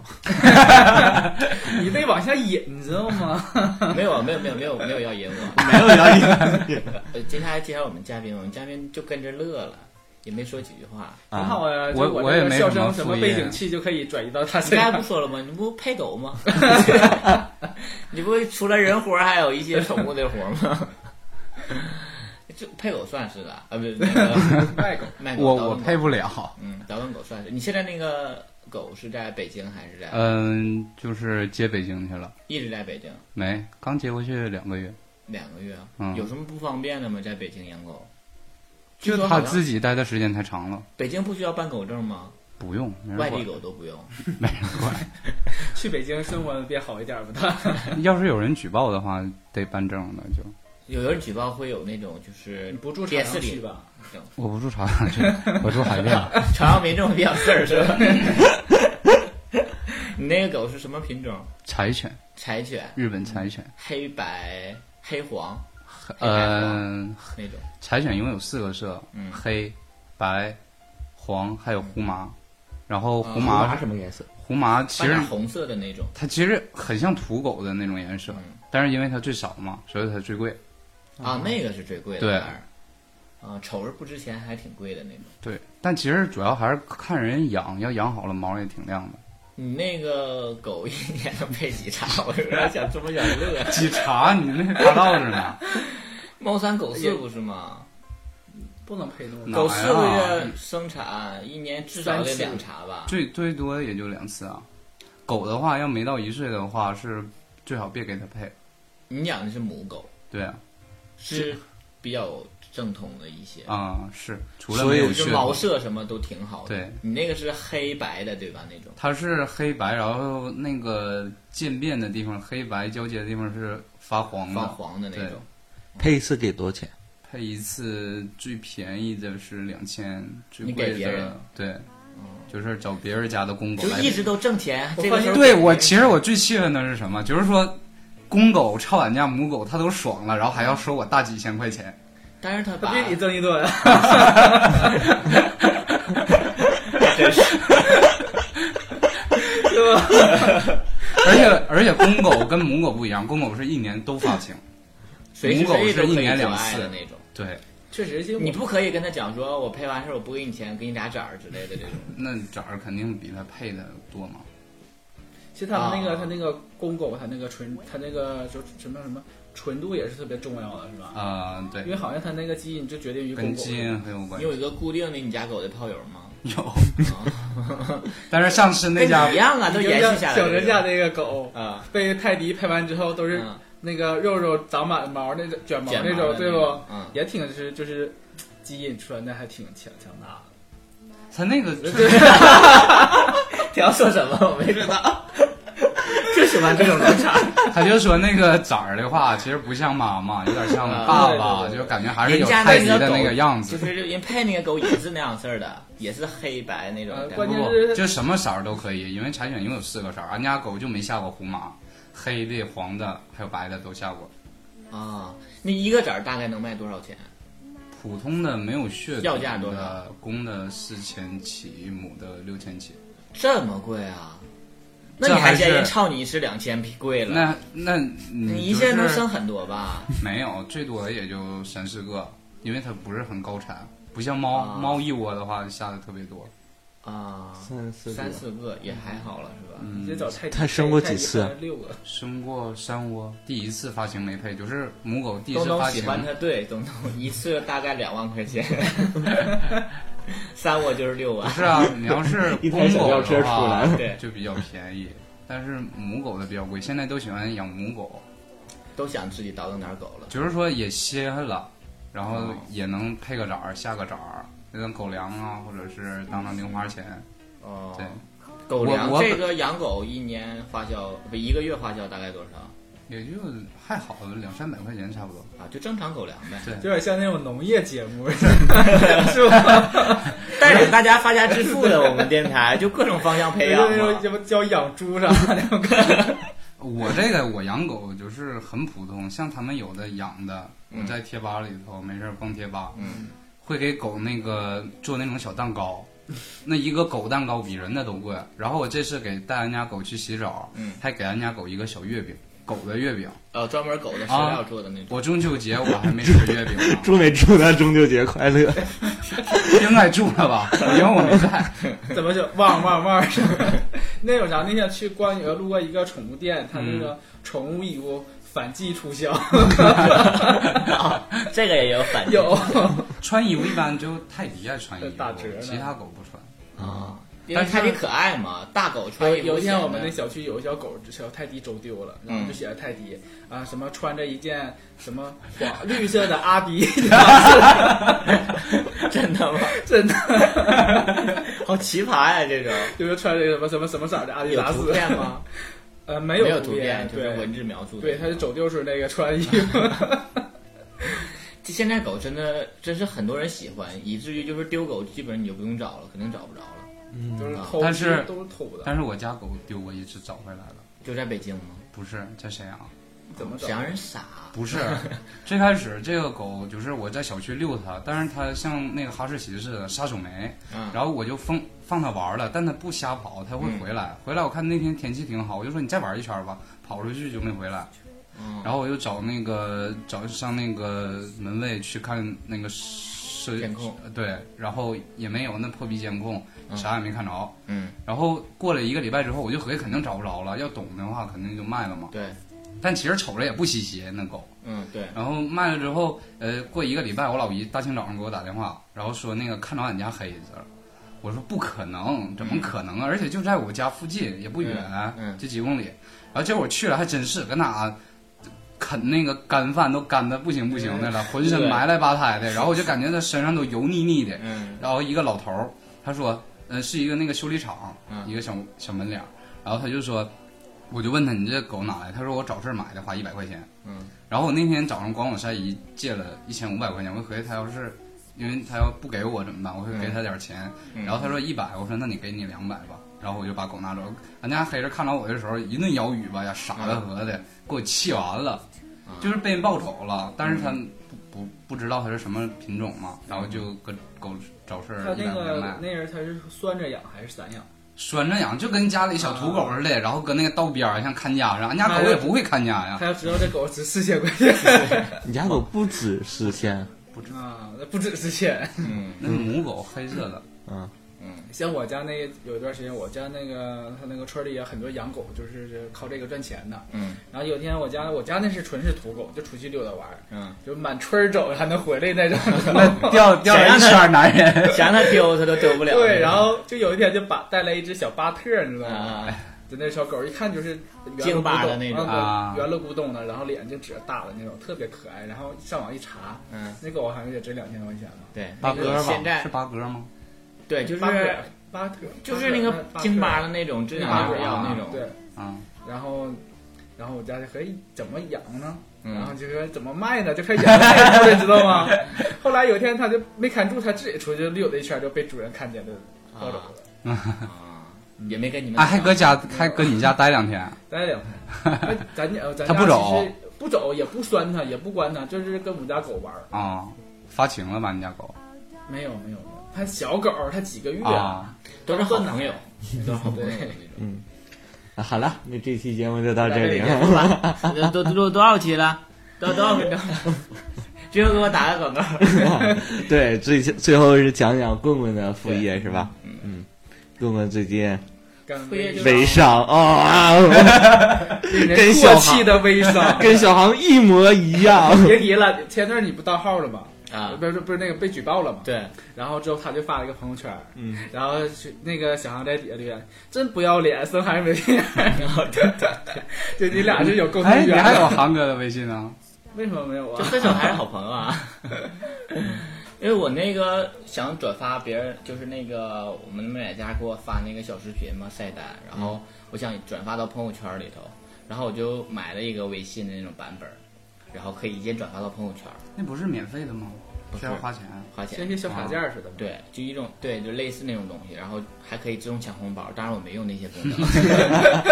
Speaker 5: 你被往下引，你知道吗？
Speaker 3: 没有啊，没有，没有，没有，没有要赢我。
Speaker 1: 没有聊音，
Speaker 3: 呃，接下来介绍我们嘉宾，我们嘉宾就跟着乐了，也没说几句话。
Speaker 5: 你 看
Speaker 1: 啊，
Speaker 5: 我呀，就
Speaker 6: 我
Speaker 5: 我
Speaker 6: 我
Speaker 5: 这
Speaker 6: 也
Speaker 5: 个
Speaker 6: 没
Speaker 5: 笑
Speaker 6: 什么
Speaker 5: 声什么
Speaker 6: 副
Speaker 5: 背
Speaker 6: 业
Speaker 5: 景器就可以转移到他
Speaker 3: 你
Speaker 5: 身
Speaker 3: 刚才
Speaker 5: 上
Speaker 3: 不。说了吗？你不配狗吗？你不除了人活儿还有一些宠物的活儿吗？ 就配狗算是的啊，不是那个
Speaker 5: 卖狗，
Speaker 3: 卖狗。
Speaker 6: 我
Speaker 3: 导
Speaker 6: 我
Speaker 3: 购
Speaker 6: 配不了。
Speaker 3: 嗯，导购狗算是。你现在那个狗是在北京还是在？
Speaker 6: 嗯，就是接北京去了，
Speaker 3: 一直在北京
Speaker 6: 没，刚接过去两个月，
Speaker 3: 两个月啊，
Speaker 6: 嗯
Speaker 3: 有什么不方便的吗？在北京养狗？
Speaker 6: 就
Speaker 3: 据说
Speaker 6: 他
Speaker 3: 好像
Speaker 6: 自己待的时间太长了，
Speaker 3: 北京不需要办狗证吗？
Speaker 6: 不用，没人
Speaker 3: 外地
Speaker 6: 管，
Speaker 3: 狗都不用。
Speaker 6: 没人管。
Speaker 5: 去北京生活变好一点吧。他
Speaker 6: 要是有人举报的话，得办证的就。
Speaker 3: 有人举报会有那种就是
Speaker 5: 你不住朝
Speaker 3: 电视
Speaker 5: 阳区
Speaker 3: 里
Speaker 5: 吧？
Speaker 6: 我不住朝阳区，我住海淀。
Speaker 3: 朝阳没这么比较事儿是吧？你那个狗是什么品种？
Speaker 6: 柴犬，
Speaker 3: 柴犬，
Speaker 6: 日本柴犬，
Speaker 3: 黑白、黑黄
Speaker 6: 嗯、
Speaker 3: 那种。
Speaker 6: 柴犬一共有四个色，
Speaker 3: 嗯
Speaker 6: 黑、白、黄，还有胡麻。然后
Speaker 3: 啊
Speaker 1: 胡
Speaker 6: 胡麻
Speaker 1: 麻，什么颜色？
Speaker 6: 胡麻其实
Speaker 3: 发点红色的那种，
Speaker 6: 它其实很像土狗的那种颜色，
Speaker 3: 嗯
Speaker 6: 但是因为它最少嘛，所以它最贵。
Speaker 3: 啊，那个是最贵的。
Speaker 6: 对
Speaker 3: 反而，啊，瞅着不值钱，还挺贵的那种。
Speaker 6: 对，但其实主要还是看人养，要养好了毛也挺亮的。
Speaker 3: 你那个狗一年能配几茬？我有点想这么想乐。
Speaker 6: 几茬？你那大道着呢？
Speaker 3: 猫三狗四不是吗？
Speaker 5: 不能配那么
Speaker 6: 哪
Speaker 5: 高。
Speaker 3: 狗
Speaker 6: 呀
Speaker 3: 四个月生产，一年至少得两茬吧？
Speaker 6: 最最多也就两次啊。狗的话，要没到一岁的话，是最好别给它配。
Speaker 3: 你养的是母狗，
Speaker 6: 对啊，
Speaker 3: 是比较正统的一些。
Speaker 6: 啊、是，除了
Speaker 1: 所
Speaker 6: 没
Speaker 1: 以
Speaker 6: 有
Speaker 3: 就
Speaker 6: 血
Speaker 3: 毛
Speaker 6: 统，
Speaker 3: 色什么都挺好的。
Speaker 6: 对，
Speaker 3: 你那个是黑白的对吧？那种
Speaker 6: 它是黑白，然后那个渐变的地方，黑白交接的地方是发黄的。
Speaker 3: 发黄的那种。
Speaker 1: 配一次给多少钱？
Speaker 6: 配一次最便宜的是两千，最
Speaker 3: 你给
Speaker 6: 贵
Speaker 3: 别人哦
Speaker 6: 的对，就是找别人家的公狗
Speaker 3: 就
Speaker 6: 来
Speaker 3: 一直都挣钱，
Speaker 5: 我
Speaker 3: 这个
Speaker 5: 发
Speaker 3: 时
Speaker 5: 现
Speaker 3: 候
Speaker 6: 对
Speaker 3: 给
Speaker 6: 我，
Speaker 3: 别人
Speaker 6: 其实我最气愤的是什么？就是说，公狗超俺家母狗，它都爽了，然后还要收我大几千 块钱。
Speaker 3: 但是他把
Speaker 5: 他比你挣一顿，
Speaker 3: 真是
Speaker 5: 对吧？
Speaker 6: 而且而且，公狗跟母狗不一样，公狗是一年都发情。
Speaker 3: 随时
Speaker 6: 母狗
Speaker 3: 随地
Speaker 6: 是
Speaker 3: 都
Speaker 6: 一
Speaker 3: 可以
Speaker 6: 年
Speaker 3: 做
Speaker 6: 两
Speaker 3: 爱的
Speaker 6: 次
Speaker 3: 那种。
Speaker 6: 对，
Speaker 5: 确实，就
Speaker 3: 你不可以跟他讲说，我配完事儿我不给你钱，给你俩崽儿之类的这种。
Speaker 6: 那崽儿肯定比它配的多嘛。
Speaker 5: 其实他们那
Speaker 3: 啊
Speaker 5: 个他那个公狗，他那个纯他那个就是什么什么纯度也是特别重要的，是吧？
Speaker 6: 啊、
Speaker 5: 因
Speaker 6: 对
Speaker 5: 为，好像他那个基因就决定于公
Speaker 6: 跟
Speaker 5: 狗。
Speaker 6: 基因很有关
Speaker 3: 你
Speaker 6: 系
Speaker 3: 有。一个固定的你家狗的炮友吗？
Speaker 6: 有，但是上次 那家
Speaker 3: 跟你一样啊，都延续下来了。
Speaker 5: 小人家那个狗
Speaker 3: 啊，
Speaker 5: 被泰迪拍完之后，都是
Speaker 3: 嗯
Speaker 5: 那个肉肉长满毛那种卷毛
Speaker 3: 剪
Speaker 5: 那
Speaker 3: 毛
Speaker 5: 种，
Speaker 3: 的
Speaker 5: 对
Speaker 3: 那
Speaker 5: 不
Speaker 3: 种？嗯，
Speaker 5: 也挺就是就是基因传的还挺强强大
Speaker 6: 他那个
Speaker 5: 的。对，
Speaker 3: 你要说什么？我没知 道。就喜欢这种冷场，
Speaker 6: 他就说那个崽儿的话，其实不像妈妈，有点像
Speaker 3: 啊
Speaker 6: 爸爸，
Speaker 5: 对对对
Speaker 6: 就感觉还是
Speaker 3: 人
Speaker 6: 有
Speaker 3: 家
Speaker 6: 泰迪
Speaker 3: 个
Speaker 6: 的
Speaker 3: 狗
Speaker 6: 那个样
Speaker 3: 就
Speaker 6: 子。
Speaker 3: 是人配那个狗也是那样式儿的，也是黑白那种
Speaker 5: 呃
Speaker 3: 的。
Speaker 5: 关
Speaker 6: 不
Speaker 5: 键
Speaker 6: 不，
Speaker 5: 是
Speaker 6: 就什么色儿都可以，因为柴犬一共有四个色儿，俺家狗就没下过胡麻，黑的、黄的还有白的都下过。
Speaker 3: 啊，那一个崽儿大概能卖多少钱？
Speaker 6: 普通的没有血统
Speaker 3: 要价多
Speaker 6: 的
Speaker 3: 少
Speaker 6: 公的四千起，母的六千起。
Speaker 3: 这么贵啊？那
Speaker 6: 这
Speaker 3: 你还
Speaker 6: 还
Speaker 3: 嫌
Speaker 6: 是
Speaker 3: 人操你是两千贵了？
Speaker 6: 那那你
Speaker 3: 你一
Speaker 6: 就
Speaker 3: 下能
Speaker 6: 是
Speaker 3: 生很多吧？
Speaker 6: 没有，最多也就三四个，因为它不是很高产，不像猫，
Speaker 3: 啊
Speaker 6: 猫一窝的话下的特别多。
Speaker 3: 啊，
Speaker 1: 三四
Speaker 3: 三四个也还好了是吧？
Speaker 5: 你
Speaker 6: 嗯
Speaker 5: 得，找泰迪。
Speaker 1: 他生过
Speaker 5: 泰迪
Speaker 1: 几次啊
Speaker 5: 生了六个。
Speaker 6: 生过三窝，第一次发情没配，就是母狗第一
Speaker 3: 东
Speaker 6: 次
Speaker 3: 东
Speaker 6: 发
Speaker 3: 喜
Speaker 6: 情，
Speaker 3: 欢它，对，东东一次大概两万块 钱，三窝就是六
Speaker 6: 不
Speaker 3: 万，
Speaker 6: 是啊，你要是
Speaker 1: 一
Speaker 6: 公
Speaker 1: 台小
Speaker 6: 狗
Speaker 1: 轿车
Speaker 6: 的
Speaker 1: 出来
Speaker 6: 话
Speaker 1: 了，，
Speaker 3: 对，
Speaker 6: 就比较便宜，但是母狗的比较贵，现在都喜欢养母狗，
Speaker 3: 都想自己倒腾点狗了。
Speaker 6: 就是说也歇了，然后
Speaker 3: 哦
Speaker 6: 也能配个崽儿下个崽儿，那种狗粮啊，或者是当当零花钱，
Speaker 3: 哦，
Speaker 6: 对，
Speaker 3: 狗
Speaker 6: 我
Speaker 3: 粮
Speaker 6: 我
Speaker 3: 这个养狗一年花销不一个月花销大概多少
Speaker 6: 也就还好，两三百块钱差不多。
Speaker 3: 啊？就正常狗粮呗。
Speaker 6: 对
Speaker 5: 有点像那种农业节目，是吧？
Speaker 3: 带领大家发家致富的我们电台，就各种方向培养
Speaker 5: 那
Speaker 3: 嘛
Speaker 5: 种。什么教养猪啥的，
Speaker 6: 我这个我养狗就是很普通，像他们有的养的，我在贴吧里头没事儿逛贴吧，
Speaker 3: 嗯，
Speaker 6: 会给狗那个做那种小蛋糕，那一个狗蛋糕比人的都贵。然后我这次给带俺家狗去洗澡，
Speaker 3: 嗯
Speaker 6: 还给俺家狗一个小月饼，狗的月饼。
Speaker 3: 呃，专门狗的
Speaker 5: 啊
Speaker 3: 饲料做的 那种。
Speaker 6: 我中秋节我还没吃月饼呢
Speaker 1: 祝没祝他中秋节快乐？
Speaker 6: 应该住了吧，因为我没在。
Speaker 5: 怎么就汪汪汪什么的？那有啥？那天去关羽路过一个宠物店，它那个宠物义乌反季促销，
Speaker 3: 啊这个也有反应
Speaker 5: 有
Speaker 6: 穿衣服一般就泰迪爱穿衣服
Speaker 5: 打折呢，
Speaker 6: 其他狗不穿。
Speaker 3: 啊，因为泰迪可爱嘛，大狗穿衣服
Speaker 5: 有一天
Speaker 3: 显
Speaker 5: 我们
Speaker 3: 得
Speaker 5: 那小区有一小狗小泰迪走丢了，然后就写着泰迪啊什么穿着一件什么黄绿色的阿迪，
Speaker 3: 真的吗？
Speaker 5: 真的，
Speaker 3: 好奇葩呀，这 种
Speaker 5: 就是穿着什么什么什么色儿的阿迪
Speaker 3: 有
Speaker 5: 达
Speaker 3: 图
Speaker 5: 斯，
Speaker 3: 片吗？
Speaker 5: 呃， 没
Speaker 3: 没
Speaker 5: 有
Speaker 3: 图片，就是
Speaker 5: 对
Speaker 3: 文字描述的。
Speaker 5: 对，他是走丢时那个穿衣服，
Speaker 3: 这现在狗真的真是很多人喜欢，以至于就是丢狗，基本上你就不用找了，肯定找不着了。
Speaker 5: 都是偷，
Speaker 6: 但是
Speaker 5: 都是偷的，
Speaker 6: 但是我家狗丢过一次，找回来了。
Speaker 3: 就在北京吗？
Speaker 6: 不是啊在沈阳，
Speaker 5: 怎么找
Speaker 3: 沈？阳人傻，
Speaker 6: 不是， 最开始这个狗就是我在小区遛它，但是它像那个哈士奇似的撒手没，
Speaker 3: 嗯，
Speaker 6: 然后我就放放它玩了，但它不瞎跑，它会回来。回来我看那天天气挺好，我就说你再玩一圈吧，跑出去就没回来。
Speaker 3: 嗯
Speaker 6: 然后我又找那个找上那个门卫去看那个摄
Speaker 3: 监控，
Speaker 6: 呃对，然后也没有那破逼监控，
Speaker 3: 嗯
Speaker 6: 啥也没看着。
Speaker 3: 嗯，
Speaker 6: 然后过了一个礼拜之后，我就合计肯定找不着了，要懂的话肯定就卖了嘛。
Speaker 3: 对，
Speaker 6: 但其实瞅着也不稀奇那狗。
Speaker 3: 嗯对，
Speaker 6: 然后卖了之后，呃，过一个礼拜，我老姨大清早上给我打电话，然后说那个看着俺家黑子了，我说不可能，怎么可能啊？而且就在我家附近，也不远，
Speaker 3: 嗯嗯
Speaker 6: 就几公里。然后结果我去了，还真是搁哪啃那个干饭都干的不行不行的了，浑身
Speaker 3: 对
Speaker 6: 埋汰吧胎的，然后我就感觉他身上都油腻腻的。
Speaker 3: 嗯
Speaker 6: 然后一个老头儿，他说，呃，是一个那个修理厂，
Speaker 3: 嗯
Speaker 6: 一个小小门脸儿，然后他就说，我就问他你这狗哪来？他说我找事儿买的，花一百块钱。
Speaker 3: 嗯，
Speaker 6: 然后我那天早上管我三姨借了一千五百块钱，我合计她要是，因为她要不给我怎么办？我会给她点钱。
Speaker 3: 嗯
Speaker 6: 然后她说一百，我说那你给你两百吧。然后我就把狗拿走，俺家黑子看着我的时候一顿摇尾巴呀，傻的和的，给我气完了，
Speaker 3: 嗯
Speaker 6: 就是被人抱走了，但是他不不不知道它是什么品种嘛，然后就搁狗找事
Speaker 5: 他
Speaker 6: 儿一
Speaker 5: 那
Speaker 6: 百块钱
Speaker 5: 个
Speaker 6: 卖，
Speaker 5: 那人他是拴着养还是散养？
Speaker 6: 拴着养，就跟家里小土狗似的，然后搁那个道边儿像看家似的，俺家狗也不会看家
Speaker 3: 啊
Speaker 6: 呀
Speaker 5: 他，要知道这狗值四千块 钱，
Speaker 1: 你家狗不止四千，
Speaker 5: 啊，那不止四千，
Speaker 3: 嗯
Speaker 6: 那母狗黑色的。
Speaker 1: 嗯，
Speaker 3: 嗯
Speaker 5: 像我家那有一段时间，我家那个他那个村里也很多养狗，就是靠这个赚钱的。
Speaker 3: 嗯
Speaker 5: 然后有一天我家我家那是纯是土狗，就出去溜达玩儿，
Speaker 3: 嗯，
Speaker 5: 就满村儿走还能回 来那种。
Speaker 6: 那 掉掉了一圈男 人，
Speaker 3: 想让他丢他都丢不了。
Speaker 5: 对，然后就有一天就把带来一只小巴特，你知道吗？
Speaker 3: 啊，
Speaker 5: 就那小狗一看就是圆了
Speaker 3: 京巴
Speaker 5: 咕
Speaker 3: 的
Speaker 5: 咚
Speaker 3: 那种
Speaker 5: 啊
Speaker 6: 啊
Speaker 5: 对圆了咕咚的，然后脸就褶大了那种，特别可爱。然后上网一查，
Speaker 3: 嗯，
Speaker 5: 那狗好像也值两千多块钱吧。
Speaker 3: 对，
Speaker 6: 八
Speaker 3: 那
Speaker 6: 哥
Speaker 3: 个
Speaker 6: 吧
Speaker 3: 现？在
Speaker 6: 是八哥吗？
Speaker 3: 对，就是
Speaker 5: 巴特，巴特
Speaker 3: 就是那个京巴的那种，质量
Speaker 5: 巴
Speaker 3: 不
Speaker 5: 特
Speaker 3: 一样那种。
Speaker 5: 对，
Speaker 6: 啊，
Speaker 5: 然后然后我家就可以怎么养呢？然后
Speaker 3: 嗯，
Speaker 5: 就说怎么卖呢？就开始养卖了，你知道吗？ 后来有一天他就没看住，他自己出去溜达一圈，就被主人看见了，抱走了。
Speaker 3: 啊，也没跟你们
Speaker 6: 啊，还搁家还搁你家待两天，
Speaker 5: 待两天，哎咱家咱家
Speaker 6: 他不走
Speaker 5: 其实不走也不拴它，也不关它，就是跟我们家狗玩儿。
Speaker 6: 啊，发情了吧？你家狗
Speaker 5: 没有没有，没有它小狗儿它几个月，
Speaker 6: 啊？
Speaker 3: 都是好朋友，
Speaker 5: 对对，
Speaker 1: 啊好了，那这期节目就到这里
Speaker 5: 到
Speaker 1: 了。
Speaker 3: 都都都多少期了？多多少分钟？最后给我打个广告。
Speaker 1: 对，最最后是讲讲棍棍的副业是吧？嗯，棍棍最近
Speaker 5: 干
Speaker 3: 回去就
Speaker 1: 微商哦 啊，跟
Speaker 5: 人
Speaker 1: 小
Speaker 5: 过
Speaker 1: 航。
Speaker 5: 气的微 商
Speaker 1: 跟小航一模一 样。
Speaker 5: 别提了，前段儿你不盗号了吗？
Speaker 3: 啊
Speaker 5: 不是不是那个被举报了吗？
Speaker 3: 对，
Speaker 5: 然后之后他就发了一个朋友圈儿，
Speaker 1: 嗯
Speaker 5: 然后去那个小航在底下留言：“真不要脸，生孩子没 病。”就你俩是有共
Speaker 6: 哎，
Speaker 5: 同语
Speaker 6: 你
Speaker 5: 言。
Speaker 6: 还有航哥的微信呢？
Speaker 5: 为什么没有
Speaker 3: 啊就
Speaker 5: 啊？
Speaker 3: 分手还是好朋友啊。因为我那个想转发别人，就是那个我们妹妹家给我发那个小视频嘛晒单，然后我想转发到朋友圈里头，然后我就买了一个微信的那种版本，然后可以一键转发到朋友圈，
Speaker 6: 那不是免费的吗？
Speaker 3: 不是
Speaker 6: 要花钱。
Speaker 3: 花钱
Speaker 5: 像。些小卡件儿似的。，
Speaker 3: 啊对，就一种对，就类似那种东西，然后还可以自动抢红包，当然我没用那些功能，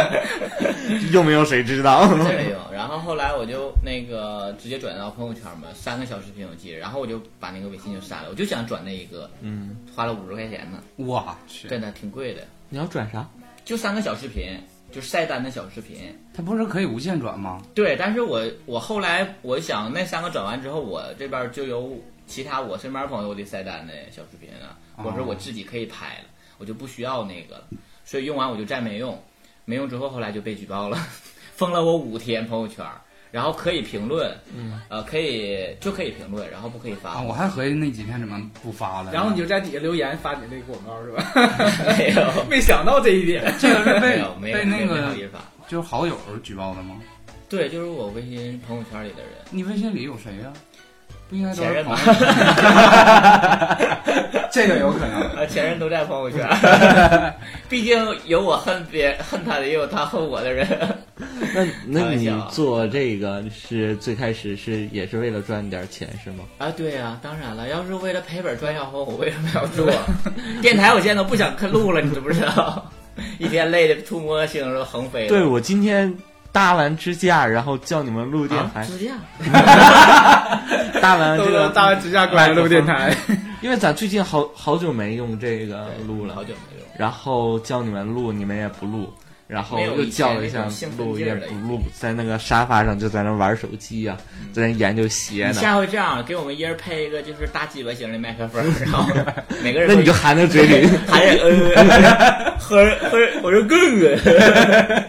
Speaker 1: 有没有谁知道？
Speaker 3: 真没用。然后后来我就那个直接转到朋友圈嘛，三个小视频我记得，然后我就把那个微信就删了，我就想转那一个，
Speaker 1: 嗯，
Speaker 3: 花了五十块钱呢，
Speaker 6: 我去，
Speaker 3: 真的挺贵的，
Speaker 1: 你要转啥？
Speaker 3: 就三个小视频，就晒单的小视频。
Speaker 6: 他不是可以无限转吗？
Speaker 3: 对，但是我我后来我想那三个转完之后，我这边就有其他我身边朋友的晒单的小视频了，我
Speaker 6: 哦
Speaker 3: 说我自己可以拍了，我就不需要那个了，所以用完我就再没用，没用之后后来就被举报了， 封了我五天朋友圈儿。然后可以评论，嗯，呃，可以就可以评论，然后不可以发。
Speaker 6: 啊，我还合计那几天怎么不发了。
Speaker 5: 然后你就在底下留言发你那个广告是 吧？
Speaker 3: 没有，
Speaker 5: 没想到这 一点，
Speaker 6: 这个是
Speaker 3: 没
Speaker 6: 被
Speaker 3: 有，没有，
Speaker 6: 被
Speaker 3: 没
Speaker 6: 那
Speaker 3: 有没好
Speaker 6: 个
Speaker 3: 意思发。
Speaker 6: 就是好友举报的吗？
Speaker 3: 对，就是我微信朋友圈里的人。
Speaker 6: 你微信里有谁呀、啊不应该都
Speaker 3: 前
Speaker 6: 是
Speaker 3: 任吧
Speaker 6: 朋友？ 这个有可能。
Speaker 3: 呃，前任都在朋友圈，毕竟有我恨别恨他的，也有他恨我的人。
Speaker 1: 那
Speaker 3: 开
Speaker 1: 那
Speaker 3: 玩
Speaker 1: 你
Speaker 3: 笑啊
Speaker 1: 做这个是最开始是也是为了赚点钱是吗？
Speaker 3: 啊，对呀、当然了，要是为了赔本赚小红，我为什么要做？电台我现在都不想看录了，你知不知道？ 一天累的吐沫星子都横飞了。
Speaker 1: 对，我今天搭完支架，然后叫你们录
Speaker 3: 啊
Speaker 1: 电台，
Speaker 3: 支架，
Speaker 1: 搭完
Speaker 3: 啊
Speaker 5: 都
Speaker 1: 这
Speaker 5: 都
Speaker 1: 个
Speaker 5: 大完支架过来录电台。
Speaker 1: 因为咱最近好好久没用这个
Speaker 3: 对
Speaker 1: 录了
Speaker 3: 好，久没用。
Speaker 1: 然后叫你们录，你们也不录，然后
Speaker 3: 没有
Speaker 1: 又叫了一
Speaker 3: 以前那
Speaker 1: 下
Speaker 3: 种兴奋
Speaker 1: 录
Speaker 3: 劲
Speaker 1: 也
Speaker 3: 儿了
Speaker 1: 不录，在那个沙发上就在那玩手机呀、在那研究鞋
Speaker 3: 嗯你
Speaker 1: 呢。
Speaker 3: 下回这样，给我们一人配一个就是大鸡巴型的麦克 风，然后每个人
Speaker 1: 那 你就含在 嘴里，
Speaker 3: 还是呃呃呃喝喝，我说哥哥。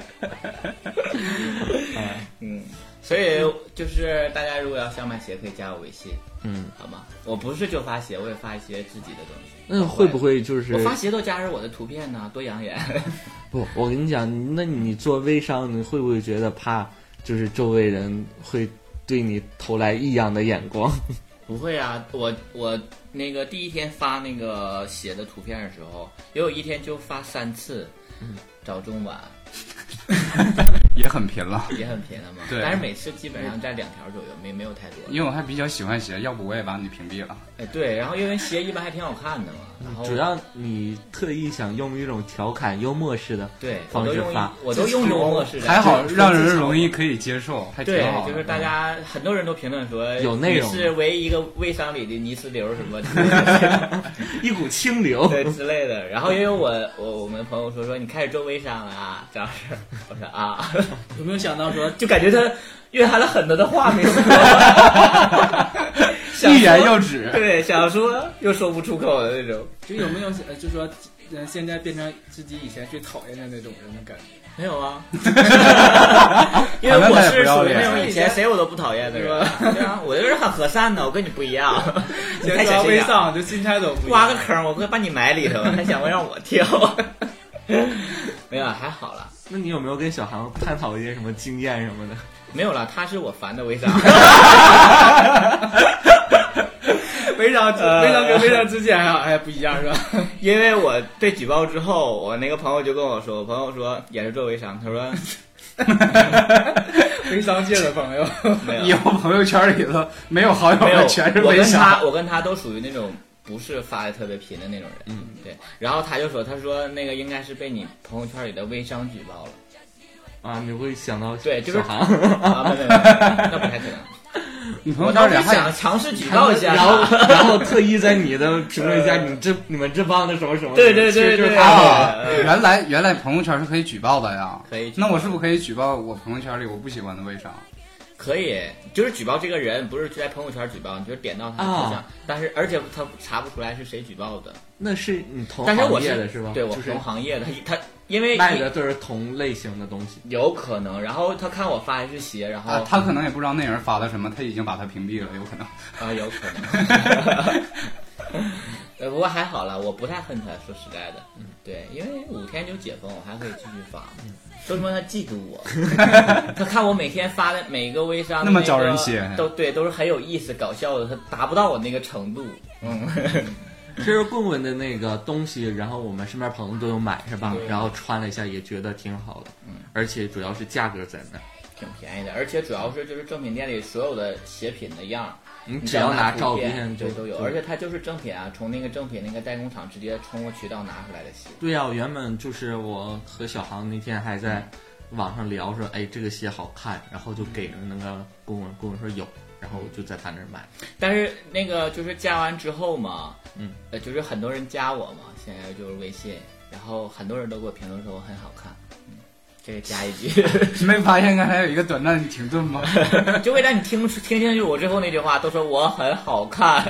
Speaker 3: 嗯，所以就是大家如果要想买鞋，可以加我微信，
Speaker 1: 嗯，
Speaker 3: 好吗？我不是就发鞋，我也发一些自己的东西。
Speaker 1: 那会不会就是
Speaker 3: 我发鞋都加上我的图片呢？多养眼！
Speaker 1: 不？我跟你讲，那你做微商，你会不会觉得怕就是周围人会对你投来异样的眼光？
Speaker 3: 不会啊，我我那个第一天发那个鞋的图片的时候，也有一天就发三次，
Speaker 1: 嗯
Speaker 3: 早中晚
Speaker 6: 也很贫了，
Speaker 3: 也很便宜嘛。
Speaker 6: 对
Speaker 3: 但是每次基本上在两条左右，没没有太多。
Speaker 6: 因为我还比较喜欢鞋，要不我也把你屏蔽了。
Speaker 3: 哎，对，然后因为鞋一般还挺好看的嘛，然后
Speaker 1: 主要你特意想用一种调侃、幽默 式的，
Speaker 3: 对，
Speaker 1: 方
Speaker 3: 我都
Speaker 1: 式
Speaker 3: 用
Speaker 1: 发
Speaker 3: 我都用幽默式的，
Speaker 6: 还好
Speaker 3: 就是
Speaker 6: 让人容易可以接受，还挺
Speaker 3: 对
Speaker 6: 好，的。
Speaker 3: 就是大家很多人都评论说
Speaker 1: 有内容
Speaker 3: 你是唯一一个微商里的泥石流 什么之类的
Speaker 1: 一股清流。
Speaker 3: 对之类的。然后因为我我我们朋友说说你开始做微商了啊，这样式，我说啊，
Speaker 5: 有没有想到说
Speaker 3: 就感觉他蕴含了很多的话没 说，
Speaker 6: 欲
Speaker 3: 想
Speaker 6: 言
Speaker 3: 说
Speaker 6: 又止。
Speaker 3: 对，想说又说不出口的那种。
Speaker 5: 就有没有呃，就说嗯现在变成自己以前最讨厌的那种人的感觉，
Speaker 3: 没有啊，因为
Speaker 6: 好像
Speaker 3: 我
Speaker 6: 他也
Speaker 3: 是
Speaker 6: 不要
Speaker 3: 属于
Speaker 6: 脸
Speaker 3: 那种以前谁我都不讨厌的人，对啊，我就是很和善的，我跟你不一 样，你太
Speaker 5: 先
Speaker 3: 小
Speaker 5: 抓
Speaker 3: 心
Speaker 5: 微
Speaker 3: 眼儿，
Speaker 5: 商就金钗走不一样
Speaker 3: 挖个坑，我会把你埋里头，还想让我 跳，没有，还好了。
Speaker 1: 那你有没有跟小航探讨一些什么经验什么的？
Speaker 3: 没有了，他是我烦的微 商，
Speaker 5: 微商之
Speaker 6: 呃
Speaker 5: 微商跟微商之间还好 还不一样是 吧？
Speaker 3: 因为我被举报之后，我那个朋友就跟我说，我朋友说也是做微商，他说
Speaker 5: 微商界的朋友，
Speaker 3: 没有，
Speaker 6: 以后朋友圈里头没有好友
Speaker 3: 没有
Speaker 6: 的，全是
Speaker 3: 我
Speaker 6: 微
Speaker 3: 跟
Speaker 6: 商
Speaker 3: 他，。我跟他都属于那种不是发的特别频的那种人。嗯，对。然后他就说，他说那个应该是被你朋友圈里的微商举报了。
Speaker 1: 啊，你会想到
Speaker 3: 对就是
Speaker 1: 小航，
Speaker 3: 啊，没没没，那不太可能。
Speaker 6: 你 朋
Speaker 3: 我
Speaker 6: 友
Speaker 3: 当
Speaker 6: 圈里
Speaker 3: 时
Speaker 6: 还有啊
Speaker 3: 想尝试举报一下
Speaker 1: 然后
Speaker 3: 他。
Speaker 1: 然后特意在你的评 论下，你这你们这帮的什么什么，
Speaker 3: 对对对
Speaker 1: 就是
Speaker 3: 对
Speaker 1: 他们
Speaker 6: 啊
Speaker 3: 对对，
Speaker 6: 原来原来朋友圈是可以举报的呀。
Speaker 3: 可以举报
Speaker 6: 那我是不是可以举报我朋友圈里我不喜欢的微啊商？
Speaker 3: 可以，就是举报这个人，不是在朋友圈举报，你就是点到他的头
Speaker 1: 啊
Speaker 3: 像，但是而且他查不出来是谁举报的。
Speaker 1: 那是你同
Speaker 3: 但是我
Speaker 1: 行
Speaker 3: 是
Speaker 1: 业的是吧？
Speaker 3: 对我
Speaker 1: 就是
Speaker 3: 同行 业的，他他因为
Speaker 1: 卖的都是同类型的东西。
Speaker 3: 有可能，然后他看我发的是鞋，然后
Speaker 6: 啊，他可能也不知道那人发的什么，他已经把他屏蔽了，有可能。
Speaker 3: 啊，有可能。 呃，不过还好了，我不太恨他，说实在的，
Speaker 1: 嗯
Speaker 3: 对，因为五天就解封，我还可以继续发，说明他嫉妒 我，他看我每天发的每一个微商的
Speaker 6: 那么
Speaker 3: 个
Speaker 6: 招人嫌
Speaker 3: 都对，都是很有意思、搞笑的，他达不到我那个程度，嗯，
Speaker 1: 这是棍棍的那个东西，然后我们身边朋友都有买是吧
Speaker 3: 对？嗯
Speaker 1: 然后穿了一下也觉得挺好的，而且主要是价格在那儿，
Speaker 3: 挺便宜的，而且主要是就是正品店里所有的鞋品的样儿，
Speaker 1: 你
Speaker 3: 你
Speaker 1: 只要拿
Speaker 3: 图
Speaker 1: 照
Speaker 3: 片
Speaker 1: 片就
Speaker 3: 对都有，
Speaker 1: 就
Speaker 3: 而且它就是正品啊，从那个正品那个代工厂直接通过渠道拿回来的鞋，
Speaker 1: 对呀、我原本就是我和小航那天还在
Speaker 3: 嗯
Speaker 1: 网上聊说，哎，这个鞋好看，然后就给了那个棍棍，棍棍说有，然后我就在他那儿买。
Speaker 3: 但是那个就是加完之后嘛，
Speaker 1: 嗯，
Speaker 3: 呃，就是很多人加我嘛，现在就是微信，然后很多人都给我评论说我很好看，嗯，这个加一句，
Speaker 6: 你没发现刚才有一个短暂的停顿吗？
Speaker 3: 就为了你听出听进去我最后那句话，都说我很好看，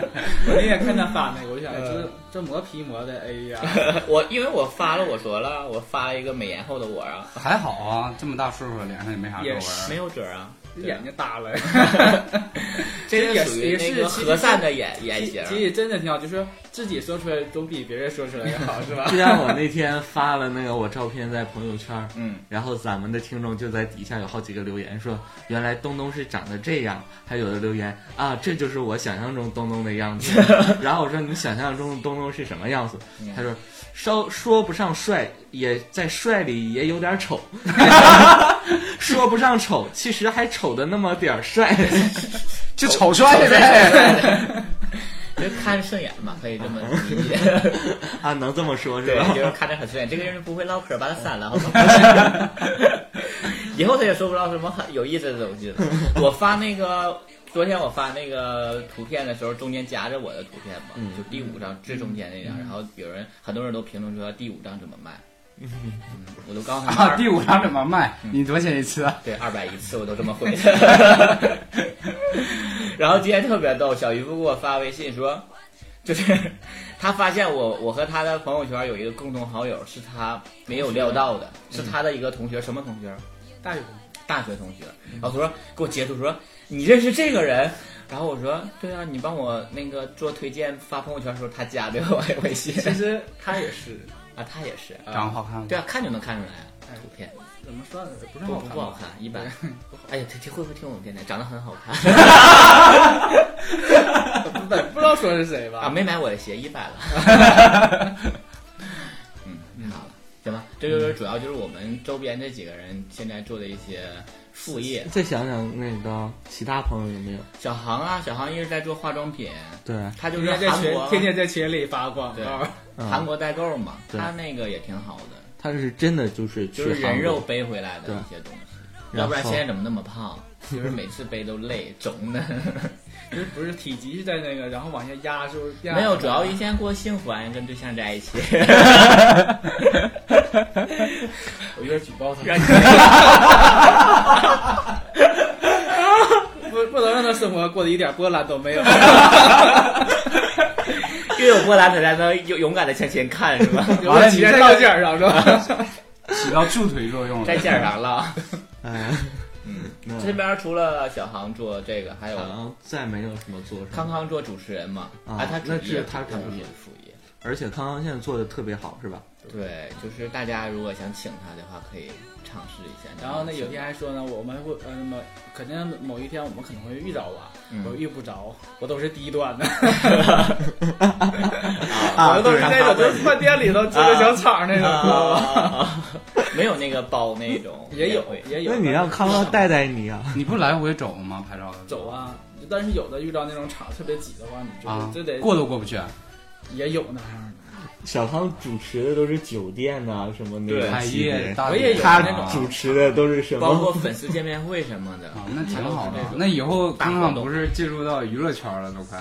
Speaker 5: 我那天看他发那个，我就想这这磨皮磨的，哎呀，
Speaker 3: 我因为我发了我说了，我发了一个美颜后的我啊，
Speaker 6: 还好啊，这么大岁数了，脸上也没啥皱
Speaker 5: 也
Speaker 6: 纹。
Speaker 3: 没有褶啊，
Speaker 5: 眼睛耷了。
Speaker 3: 这
Speaker 5: 也
Speaker 3: 个属于
Speaker 5: 也
Speaker 3: 那
Speaker 5: 是
Speaker 3: 个
Speaker 5: 其实
Speaker 3: 和
Speaker 5: 是
Speaker 3: 善的眼眼
Speaker 5: 其
Speaker 3: 型。
Speaker 5: 其实真的挺好，就是自己说出来总比别人说出来要好，是吧
Speaker 1: 就？像我那天发了那个我照片在朋友圈，
Speaker 3: 嗯，
Speaker 1: 然后咱们的听众就在底下有好几个留言说，原来东东是长得这样，还有的留言啊，这就是我想象中东东的 样子。然后我说你想象中的东东是什么样子？
Speaker 3: 嗯
Speaker 1: 他说稍说不上帅，也在帅里也有 点丑，说不上丑，其实还丑的那么点儿帅。
Speaker 6: 就丑帅呗。
Speaker 3: 就看着顺眼嘛，可以 这么理解。
Speaker 1: 啊，能这么说是
Speaker 3: 对
Speaker 1: 吧，？
Speaker 3: 就是看着很顺眼，这个人不会唠嗑，把他删了，好 吧？以后他也说不到什么很有意思的东西了。我发那个昨天我发那个图片的时候，中间夹着我的图片嘛，就第五张最中间那张，然后有人很多人都评论说第五张怎么卖，嗯，我都告诉他们
Speaker 6: 啊，
Speaker 3: 二
Speaker 6: 第五张怎么卖？你多钱一次啊？
Speaker 3: 对，二百一次我都这么回的。 然后今天特别逗，小姨夫给我发微信说，就是他发现我我和他的朋友圈有一个共同好友，是他没有料到的，是他的一个同学，什么同学？
Speaker 5: 大勇，
Speaker 3: 大学同学。然后他说给我截图说你认识这个人。然后我说对啊，你帮我那个做推荐发朋友圈的时候，他加的我微信
Speaker 5: 其实他也是
Speaker 3: 啊，他也是，
Speaker 6: 长得好看吗
Speaker 3: 对啊，看就能看出来啊图片。
Speaker 5: 怎么说呢，不是
Speaker 3: 不
Speaker 5: 好
Speaker 3: 嗯不
Speaker 5: 看
Speaker 3: 不好
Speaker 5: 吧，
Speaker 3: 看，一般。哎呀，他他会不会听我们电台？长得很好看
Speaker 5: 不不不知道说是谁
Speaker 3: 啊！
Speaker 5: 吧？
Speaker 3: 没买我的鞋，一百了。嗯，好了，行吧。这就是主要就是我们周边这几个人现在做的一些副业。
Speaker 1: 再想想那个其他朋友有没有？
Speaker 3: 小航啊，小航一直在做化妆品，
Speaker 1: 对，
Speaker 3: 他就
Speaker 5: 天
Speaker 3: 是
Speaker 5: 天在
Speaker 3: 韩
Speaker 5: 群
Speaker 3: 国
Speaker 5: 天天在群里发广
Speaker 3: 对
Speaker 5: 告，
Speaker 1: 嗯
Speaker 3: 韩国代购嘛，
Speaker 1: 对
Speaker 3: 他那个也挺好的，
Speaker 1: 他是真的就是
Speaker 3: 就
Speaker 1: 去
Speaker 3: 是人
Speaker 1: 韩国
Speaker 3: 肉背回来的
Speaker 1: 对
Speaker 3: 一些东西。
Speaker 1: 然后
Speaker 3: 要不然现在怎么那么胖？就是每次背都累，肿的。
Speaker 5: 就是不是体积是在那个，然后往下压，是不是变矮
Speaker 3: 没有，
Speaker 5: 了
Speaker 3: 主要一天过幸福啊，跟对象在一起。
Speaker 5: 我有点举报他，
Speaker 3: 让你
Speaker 5: 不不能让他生活过得一点波澜都没有。
Speaker 3: 越有波澜，他才能勇勇敢的向前看， 是吧？
Speaker 5: 完了，你在到点儿上是 吧？
Speaker 6: 起到助推作用了。
Speaker 3: 在线上了。
Speaker 1: 哎，那
Speaker 3: 这边除了小航做这个，还有
Speaker 1: 好像再没有什么做什么
Speaker 3: 康康做主持人嘛？
Speaker 1: 啊
Speaker 3: 他
Speaker 1: 那
Speaker 3: 主业
Speaker 1: 是他
Speaker 3: 他
Speaker 1: 主业
Speaker 3: 是副业。
Speaker 1: 而且康康现在做的特别好，是吧？
Speaker 3: 对，就是大家如果想请他的话，可以尝试一下。
Speaker 5: 然后呢，有天还说呢，我们会呃，那么肯定某一天我们可能会遇着吧，
Speaker 3: 嗯
Speaker 5: 我遇不着，我都是低端的，
Speaker 3: 啊，
Speaker 5: 我都是那种就是饭店里头支个小场那 种，知道吧？
Speaker 3: 啊 没有那个包那种，
Speaker 5: 也有
Speaker 3: 会
Speaker 5: 也有，
Speaker 1: 那你让康康带带你啊！
Speaker 6: 你不来回走吗？拍照的时候
Speaker 5: 走啊。但是有的遇到那种场特别挤的话，你就、
Speaker 6: 啊
Speaker 5: 就得，
Speaker 6: 过都过不去。
Speaker 5: 也有那样的。
Speaker 1: 小康主持的都是酒店呐、什么那
Speaker 3: 对
Speaker 1: 种
Speaker 6: 海
Speaker 1: 系列
Speaker 6: 夜大
Speaker 5: 我也有
Speaker 1: 他
Speaker 6: 那
Speaker 5: 种
Speaker 1: 主持的都是什
Speaker 3: 包
Speaker 1: 么？
Speaker 3: 括粉丝见面会什么的
Speaker 6: 啊，那挺好的
Speaker 3: 也有这。种
Speaker 6: 那以后康康不是进入到娱乐圈了都快？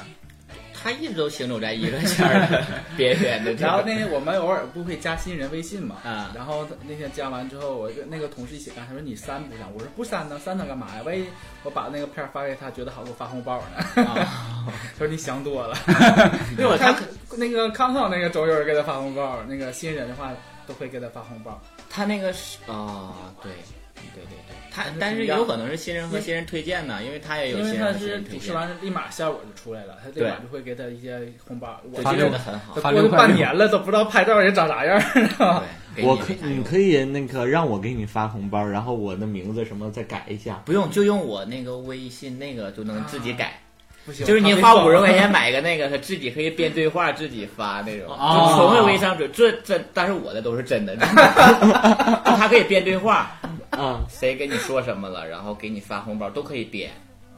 Speaker 3: 他一直都行走在娱乐圈儿 的边缘的这个。
Speaker 5: 然后那天我们偶尔不会加新人微信嘛，
Speaker 3: 啊
Speaker 5: 然后他那天加完之后，我跟那个同事一起干，他说你删不删？我说不删呢，删它干嘛呀？万一我把那个片儿发给他，觉得好给我发红包呢？
Speaker 3: 啊
Speaker 5: 他说你想多了， 因为我看那个康康那个总有人给他发红包，那个新人的话都会给他发红包，
Speaker 3: 他那个是啊，对，对对对，他
Speaker 5: 但是
Speaker 3: 但是
Speaker 5: 一样
Speaker 3: 有可能是新人和新人推荐呢，因为他也有
Speaker 5: 因
Speaker 3: 新
Speaker 5: 为
Speaker 3: 人
Speaker 5: 他
Speaker 3: 和新
Speaker 5: 是
Speaker 3: 人推
Speaker 5: 主持
Speaker 3: 荐，
Speaker 5: 完立马效果就出来了，他立马就会给他一些红包。我
Speaker 3: 对，
Speaker 6: 发
Speaker 3: 这
Speaker 6: 六
Speaker 3: 做的很好，
Speaker 5: 都
Speaker 6: 发
Speaker 5: 过
Speaker 6: 六
Speaker 5: 了
Speaker 6: 块
Speaker 5: 半
Speaker 6: 六
Speaker 5: 年了，都不知道拍照人长啥样了。
Speaker 3: 对，
Speaker 1: 我可
Speaker 3: 以
Speaker 1: 你可以那个让我给你发红包，然后我的名字什么再改一下。
Speaker 3: 不用就用我那个微信那个就能自己改，
Speaker 5: 不行，
Speaker 3: 就是你
Speaker 5: 他没
Speaker 3: 花
Speaker 5: 说
Speaker 3: 五十块钱买个那个，他自己可以编对话自己发那种，
Speaker 6: 哦
Speaker 3: 就纯为微商准，这这但是我的都是真的， 他可以编对话，
Speaker 1: 啊，
Speaker 3: 谁跟你说什么了，然后给你发红包都可以编，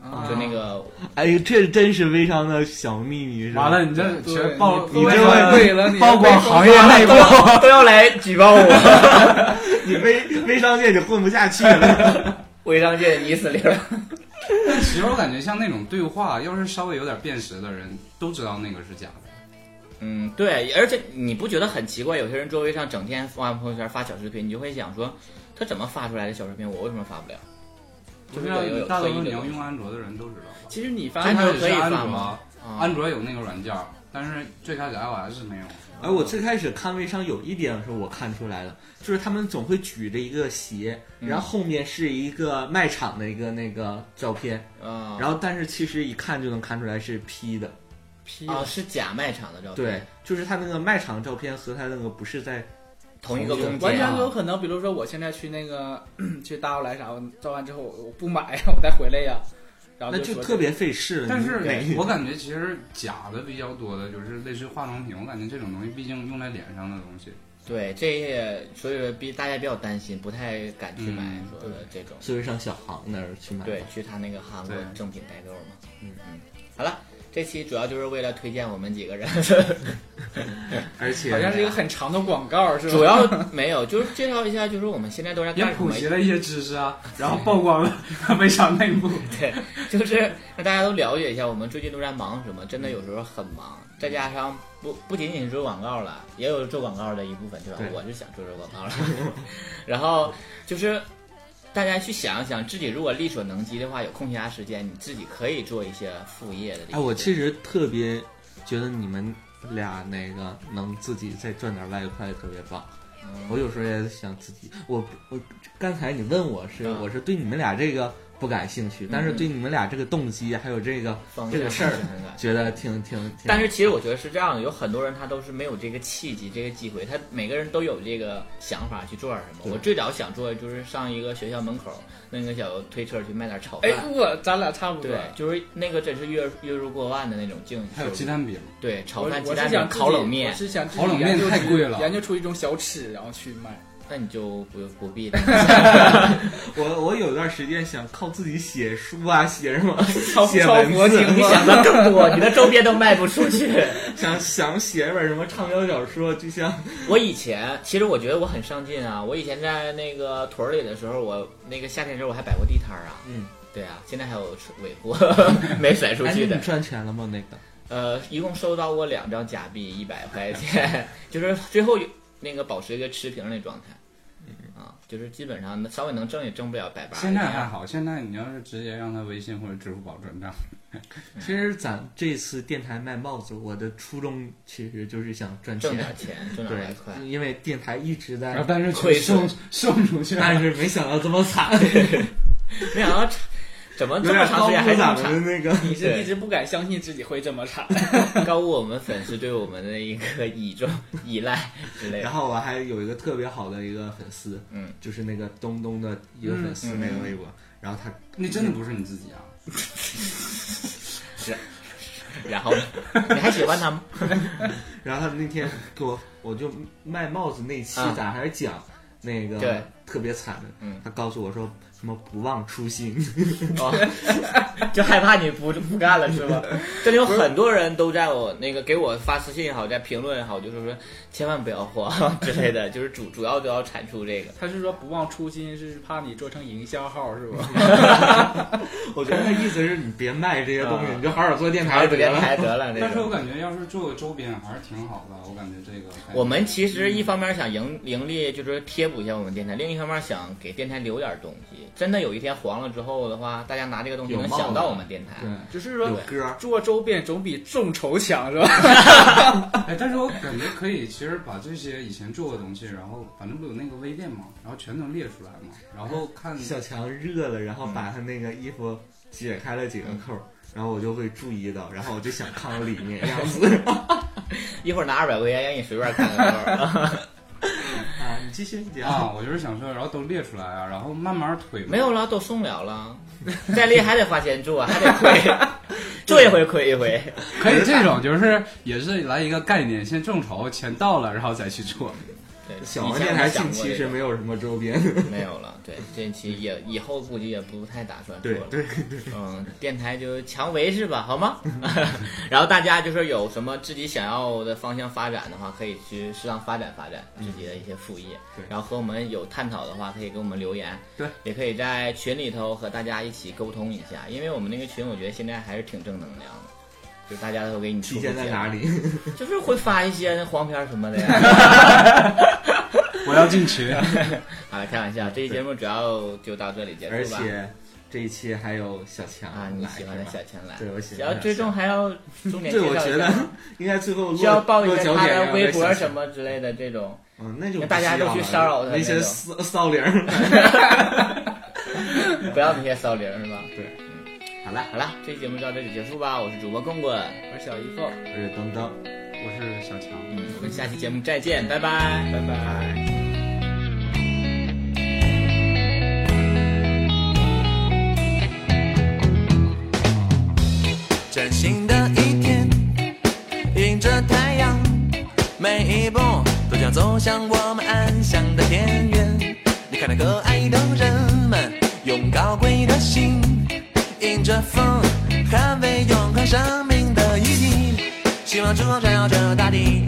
Speaker 5: 啊
Speaker 3: 就那个
Speaker 1: 哎，这真是微商的小秘密，是吧
Speaker 6: 完了，，你这
Speaker 5: 对
Speaker 6: 全曝，
Speaker 5: 你
Speaker 1: 这
Speaker 6: 个
Speaker 5: 为了你
Speaker 6: 曝光行业内
Speaker 3: 都
Speaker 6: 幕。
Speaker 3: 要都要来举报我，
Speaker 1: 你微微商界就混不下去了。
Speaker 3: 微商界的泥死灵。
Speaker 6: 其实我感觉像那种对话，要是稍微有点辨识的人，都知道那个是假的。
Speaker 3: 嗯，对，而且你不觉得很奇怪？有些人周围上整天发朋友圈发小视频，你就会想说，他怎么发出来的小视频，我为什么发不了？就
Speaker 6: 就是是
Speaker 3: 有有
Speaker 6: 大
Speaker 3: 特
Speaker 6: 多
Speaker 3: 意的
Speaker 6: 数你要
Speaker 3: 东西
Speaker 6: 用安卓的人都知 道吧。
Speaker 5: 其实你发
Speaker 3: 安
Speaker 5: 现
Speaker 3: 卓
Speaker 6: 最
Speaker 3: 可
Speaker 6: 开始
Speaker 3: 以
Speaker 6: 是安
Speaker 3: 发
Speaker 6: 卓
Speaker 3: 吗啊
Speaker 6: 安卓有那个软件，但是最开始 iOS 没有。
Speaker 1: 哎，我最开始看微商有一点是我看出来的，就是他们总会举着一个鞋，然后后面是一个卖场的一个那个照片，
Speaker 3: 啊，
Speaker 1: 然后但是其实一看就能看出来是 P 的。
Speaker 5: P
Speaker 3: 啊是假卖场的照片，
Speaker 1: 对，，就是他那个卖场照片和他那个不是在
Speaker 3: 同一个空
Speaker 5: 完
Speaker 3: 间
Speaker 5: 全
Speaker 3: 啊，
Speaker 5: 有可能，比如说我现在去那个 去大奥莱啥，我照完之后我我不买 呀，我再回来呀，然后
Speaker 1: 那就
Speaker 5: 啊说
Speaker 1: 特别费事了。
Speaker 6: 但是
Speaker 1: 你
Speaker 6: 我感觉其实假的比较多的，就是类似于化妆品。我感觉这种东西，毕竟用在脸上的东西，
Speaker 3: 对，这也所以说比大家比较担心，不太敢去买
Speaker 6: 嗯
Speaker 3: 说的这种，
Speaker 1: 所以上小航那儿去买。
Speaker 3: 对，去他那个韩国
Speaker 6: 对
Speaker 3: 正品代购嘛，
Speaker 1: 嗯
Speaker 3: 嗯，好了，这期主要就是为了推荐我们几个人。
Speaker 1: 而且
Speaker 5: 好像是一个很长的广告，是吧？
Speaker 3: 主要没有，就是介绍一下，就是我们现在都在
Speaker 6: 也
Speaker 3: 干什
Speaker 6: 普
Speaker 3: 么？
Speaker 6: 及了一些知 识啊，然后曝光了微商内幕。
Speaker 3: 对， 就是让大家都了解一下我们最近都在忙什么。真的有时候很忙，再加上不不仅仅是做广告了，也有做广告的一部分，对吧？
Speaker 1: 对
Speaker 3: 我就想做做广告了。 然后就是大家去想一想，自己如果力所能及的话，有空暇时间，你自己可以做一些副业的。
Speaker 1: 哎，我其实特别觉得你们俩那个能自己再赚点外快特别棒。
Speaker 3: 嗯
Speaker 1: 我有时候也想自己，我我刚才你问我是、
Speaker 3: 嗯
Speaker 1: 我是对你们俩这个不感兴趣，但是对你们俩这个动机还有这个
Speaker 3: 方
Speaker 1: 这
Speaker 3: 向
Speaker 1: 个事
Speaker 3: 是
Speaker 1: 儿嗯
Speaker 3: 很感。
Speaker 1: 觉得挺挺挺。
Speaker 3: 但是其实我觉得是这样的，有很多人他都是没有这个契机、这个机会，他每个人都有这个想法去做点什么。
Speaker 1: 对
Speaker 3: 我最早想做的就是上一个学校门口弄个小推车去卖点炒
Speaker 5: 哎
Speaker 3: 饭，，
Speaker 5: 我咱俩差不多啊
Speaker 3: 对。，就是那个真是月月入过万的那种境。
Speaker 6: 还有鸡，蛋饼，
Speaker 3: 对，炒
Speaker 5: 我
Speaker 3: 饭、鸡
Speaker 5: 我
Speaker 3: 蛋
Speaker 5: 是
Speaker 3: 饼、
Speaker 5: 想自己
Speaker 3: 烤冷
Speaker 5: 我
Speaker 3: 面，
Speaker 5: 是想自己
Speaker 6: 烤冷面
Speaker 5: 研究出
Speaker 6: 太贵了
Speaker 5: 研究出一种小吃，然后去 卖。
Speaker 3: 那你就不不必
Speaker 1: 我我有段时间想靠自己写书啊，写什 么写
Speaker 5: 超
Speaker 1: 文
Speaker 5: 佛
Speaker 1: 字，
Speaker 5: 经
Speaker 3: 你想的更多，你的周边都卖不出去。
Speaker 1: 想想写一本什么畅销小说，就像
Speaker 3: 我以前其实我觉得我很上进啊，我以前在那个屯儿里的时候，我那个夏天的时候我还摆过地摊儿啊。
Speaker 1: 嗯，
Speaker 3: 对啊，现在还有尾货 没甩出
Speaker 1: 哎，
Speaker 3: 去
Speaker 1: 你
Speaker 3: 的。
Speaker 1: 赚钱了吗？那个
Speaker 3: 呃，一共收到过两张 假币，一百块钱，就是最后有那个保持一个持平的状态。啊，就是基本上稍微能挣也挣不了百八。
Speaker 6: 现在还好，现在你要是直接让他微信或者支付宝转账，
Speaker 1: 其实咱这次电台卖帽子，我的初衷其实就是想赚
Speaker 3: 挣
Speaker 1: 钱。
Speaker 3: 点钱，挣点外快。
Speaker 1: 对，因为电台一直
Speaker 3: 哎
Speaker 6: 然后
Speaker 1: 在，
Speaker 6: 但是
Speaker 3: 亏
Speaker 6: 却
Speaker 3: 损
Speaker 6: 送 送出去了，
Speaker 3: 哎
Speaker 1: 但是没想到这么惨，
Speaker 3: 没想到怎么
Speaker 1: 有
Speaker 3: 这么
Speaker 1: 点
Speaker 3: 长
Speaker 1: 超
Speaker 3: 时
Speaker 1: 出
Speaker 3: 间还这
Speaker 1: 咱
Speaker 3: 么
Speaker 1: 们
Speaker 3: 长
Speaker 1: 的那个。
Speaker 5: 你是
Speaker 3: 对
Speaker 5: 一直不敢相信自己会这么 惨，
Speaker 3: 高估我们粉丝对我们的一个倚重、依赖之类
Speaker 1: 然
Speaker 3: 的。
Speaker 1: 后我还有一个特别好的一个粉丝，
Speaker 3: 嗯，
Speaker 1: 就是那个东东的一个粉丝
Speaker 3: 嗯
Speaker 1: 那个微博，然后他
Speaker 6: 那真的不是你自己啊！
Speaker 3: 然 后你还喜欢他吗？
Speaker 1: 然后他那天给我，我就卖帽子那期
Speaker 3: 啊，
Speaker 1: 咱还是讲
Speaker 3: 对
Speaker 1: 那个特别惨的。
Speaker 3: 嗯
Speaker 1: 他告诉我说什么不忘初心，
Speaker 3: 哦，就害怕你不不干了是吧？真的有很多人都在我那个给我发私信也好，在评论也好，就是说千万不要慌 之类的，就是主主要都要阐述这个。
Speaker 5: 他是说不忘初心，是怕你做成营销号是吧？
Speaker 1: 我 觉得他意思是你别卖这些东西，
Speaker 3: 啊
Speaker 1: 你就好好做电
Speaker 3: 还
Speaker 1: 台
Speaker 3: 是
Speaker 1: 得
Speaker 3: 别
Speaker 1: 了。
Speaker 3: 台得了，这
Speaker 6: 但是我
Speaker 3: 个。
Speaker 6: 感觉要是做个周边还是挺好的，我感觉这个
Speaker 1: 哎
Speaker 6: 还
Speaker 3: 我们其实一方面想盈盈利，就是贴补一下我们电台；另一方面想给电台留点东西。真的有一天黄了之后的话，大家拿这个东西
Speaker 1: 有
Speaker 3: 能
Speaker 1: 帽
Speaker 3: 想
Speaker 1: 子
Speaker 3: 到我们电台。
Speaker 1: 对，
Speaker 5: 只是
Speaker 1: 有
Speaker 5: 说
Speaker 1: 歌儿，
Speaker 5: 做周边总比众筹强是吧？
Speaker 6: 哎，但是我感觉可以，其实把这些以前做过的东西，然后反正不有那个微店嘛，然后全都列出来嘛，然后看
Speaker 1: 小强热了，然后把他那个衣服解开了几个扣儿，然后我就会注意到，然后我就想看我里面样子。
Speaker 3: 一会儿拿二百块钱让你随便看看。
Speaker 1: 啊，你继续讲。
Speaker 6: 啊，我就是想说，然后都列出来啊，然后慢慢推嘛。
Speaker 3: 没有了，都送了了，再厉还得花钱做，还得 亏，做一回亏一回。
Speaker 6: 可以这种就是也是来一个概念，先众筹，钱到了，然后再去做。
Speaker 3: 对，
Speaker 1: 小
Speaker 3: 以
Speaker 1: 王
Speaker 3: 前
Speaker 1: 电台
Speaker 3: 想
Speaker 1: 近
Speaker 3: 过
Speaker 1: 期
Speaker 3: 这
Speaker 1: 是
Speaker 3: 个
Speaker 1: 没有什么周边，
Speaker 3: 没有了，对，这期也以后估计也不太打算做
Speaker 1: 对
Speaker 3: 了。
Speaker 1: 对，
Speaker 3: 嗯，电台就强维持吧，好 吗？ 然后大家就是有什么自己想要的方向发展的话，可以去适当发展发展自己的一些副业。
Speaker 1: 嗯对
Speaker 3: 然后和我们有探讨的话，可以给我们留言。
Speaker 1: 对，
Speaker 3: 也可以在群里头和大家一起沟通一下，因为我们那个群，我觉得现在还是挺正能量的。就是大家都给你出
Speaker 1: 体现在哪
Speaker 3: 里？
Speaker 1: 里？
Speaker 3: 就是会发一些黄片儿什么的呀。
Speaker 6: 我要进群，
Speaker 3: 啊，开玩笑，这期节目主要就到这里结束吧。
Speaker 1: 而且这一期还有小强
Speaker 3: 啊，你
Speaker 1: 来
Speaker 3: 喜欢
Speaker 1: 是
Speaker 3: 的
Speaker 1: 吧
Speaker 3: 小钱来，
Speaker 1: 对我喜欢
Speaker 3: 然后最终还要重点
Speaker 1: 对，我
Speaker 3: 介绍
Speaker 1: 觉
Speaker 3: 一
Speaker 1: 得
Speaker 3: 下，
Speaker 1: 应该最后落
Speaker 3: 需要报一
Speaker 1: 落
Speaker 3: 下
Speaker 1: 脚
Speaker 3: 他
Speaker 1: 点
Speaker 3: 的
Speaker 1: 上
Speaker 3: 微
Speaker 1: 再
Speaker 3: 博
Speaker 1: 想
Speaker 3: 什么之类的这 种。
Speaker 1: 嗯，那就
Speaker 3: 那大家
Speaker 1: 不需
Speaker 3: 都去
Speaker 1: 要了
Speaker 3: 骚扰他
Speaker 1: 那些
Speaker 3: 那种
Speaker 1: 骚骚灵儿。
Speaker 3: 不要那些骚灵是吧？
Speaker 1: 对，
Speaker 3: 好了好了，这期节目就到这里结束吧。我是主播棍棍，
Speaker 5: 我是小姨凤。
Speaker 1: 我是东东。
Speaker 6: 我是小强。
Speaker 3: 嗯，我们下期节目再见，拜拜。
Speaker 5: 拜拜。
Speaker 8: 崭新的一天，迎着太阳，每一步都将走向我们安详的田园。你看那可爱的人们，用高贵的心，迎着风，捍卫永恒生命的意义。希望之光照耀着大地，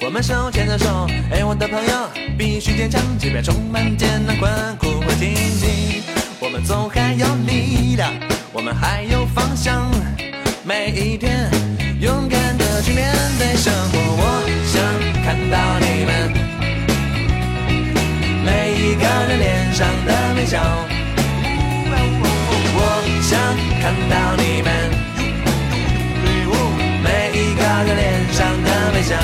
Speaker 8: 我们手牵着手。哎，我的朋友，必须坚强，即便充满艰难、困苦和荆棘。我们总还有力量，我们还有方向。每一天，勇敢的去面对生活。我想看到你们每一个人脸上的微笑。我想看到你们。每一个人脸上的微笑。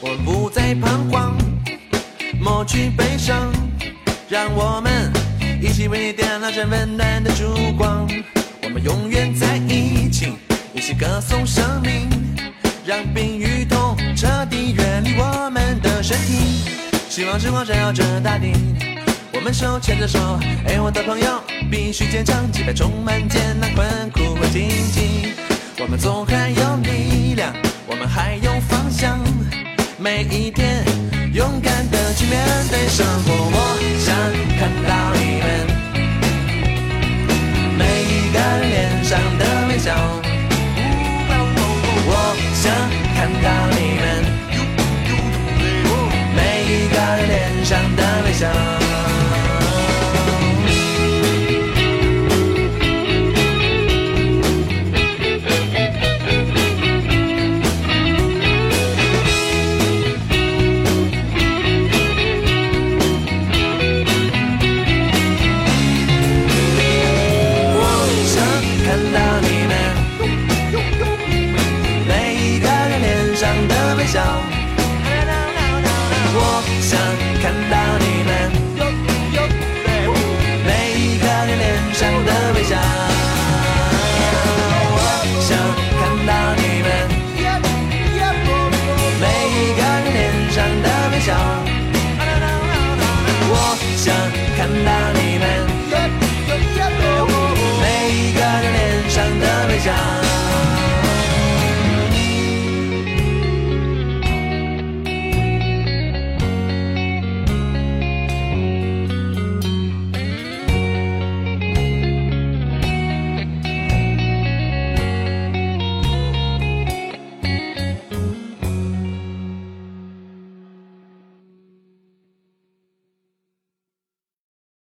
Speaker 8: 我们不再彷徨，抹去悲伤，让我们一起为你点亮这温暖的烛光。我们永远在一起，一起歌颂生命，让病与痛彻底远离我们的身体。希望之光照耀着大地，我们手牵着手。哎，我的朋友，必须坚强，击败充满艰难、困苦和荆棘。我们总还有力量，我们还有方向。每一天，勇敢的去面对生活。我想看到你们每一个人脸上的微笑。我想看到你们。到你们每一个人脸上的微笑。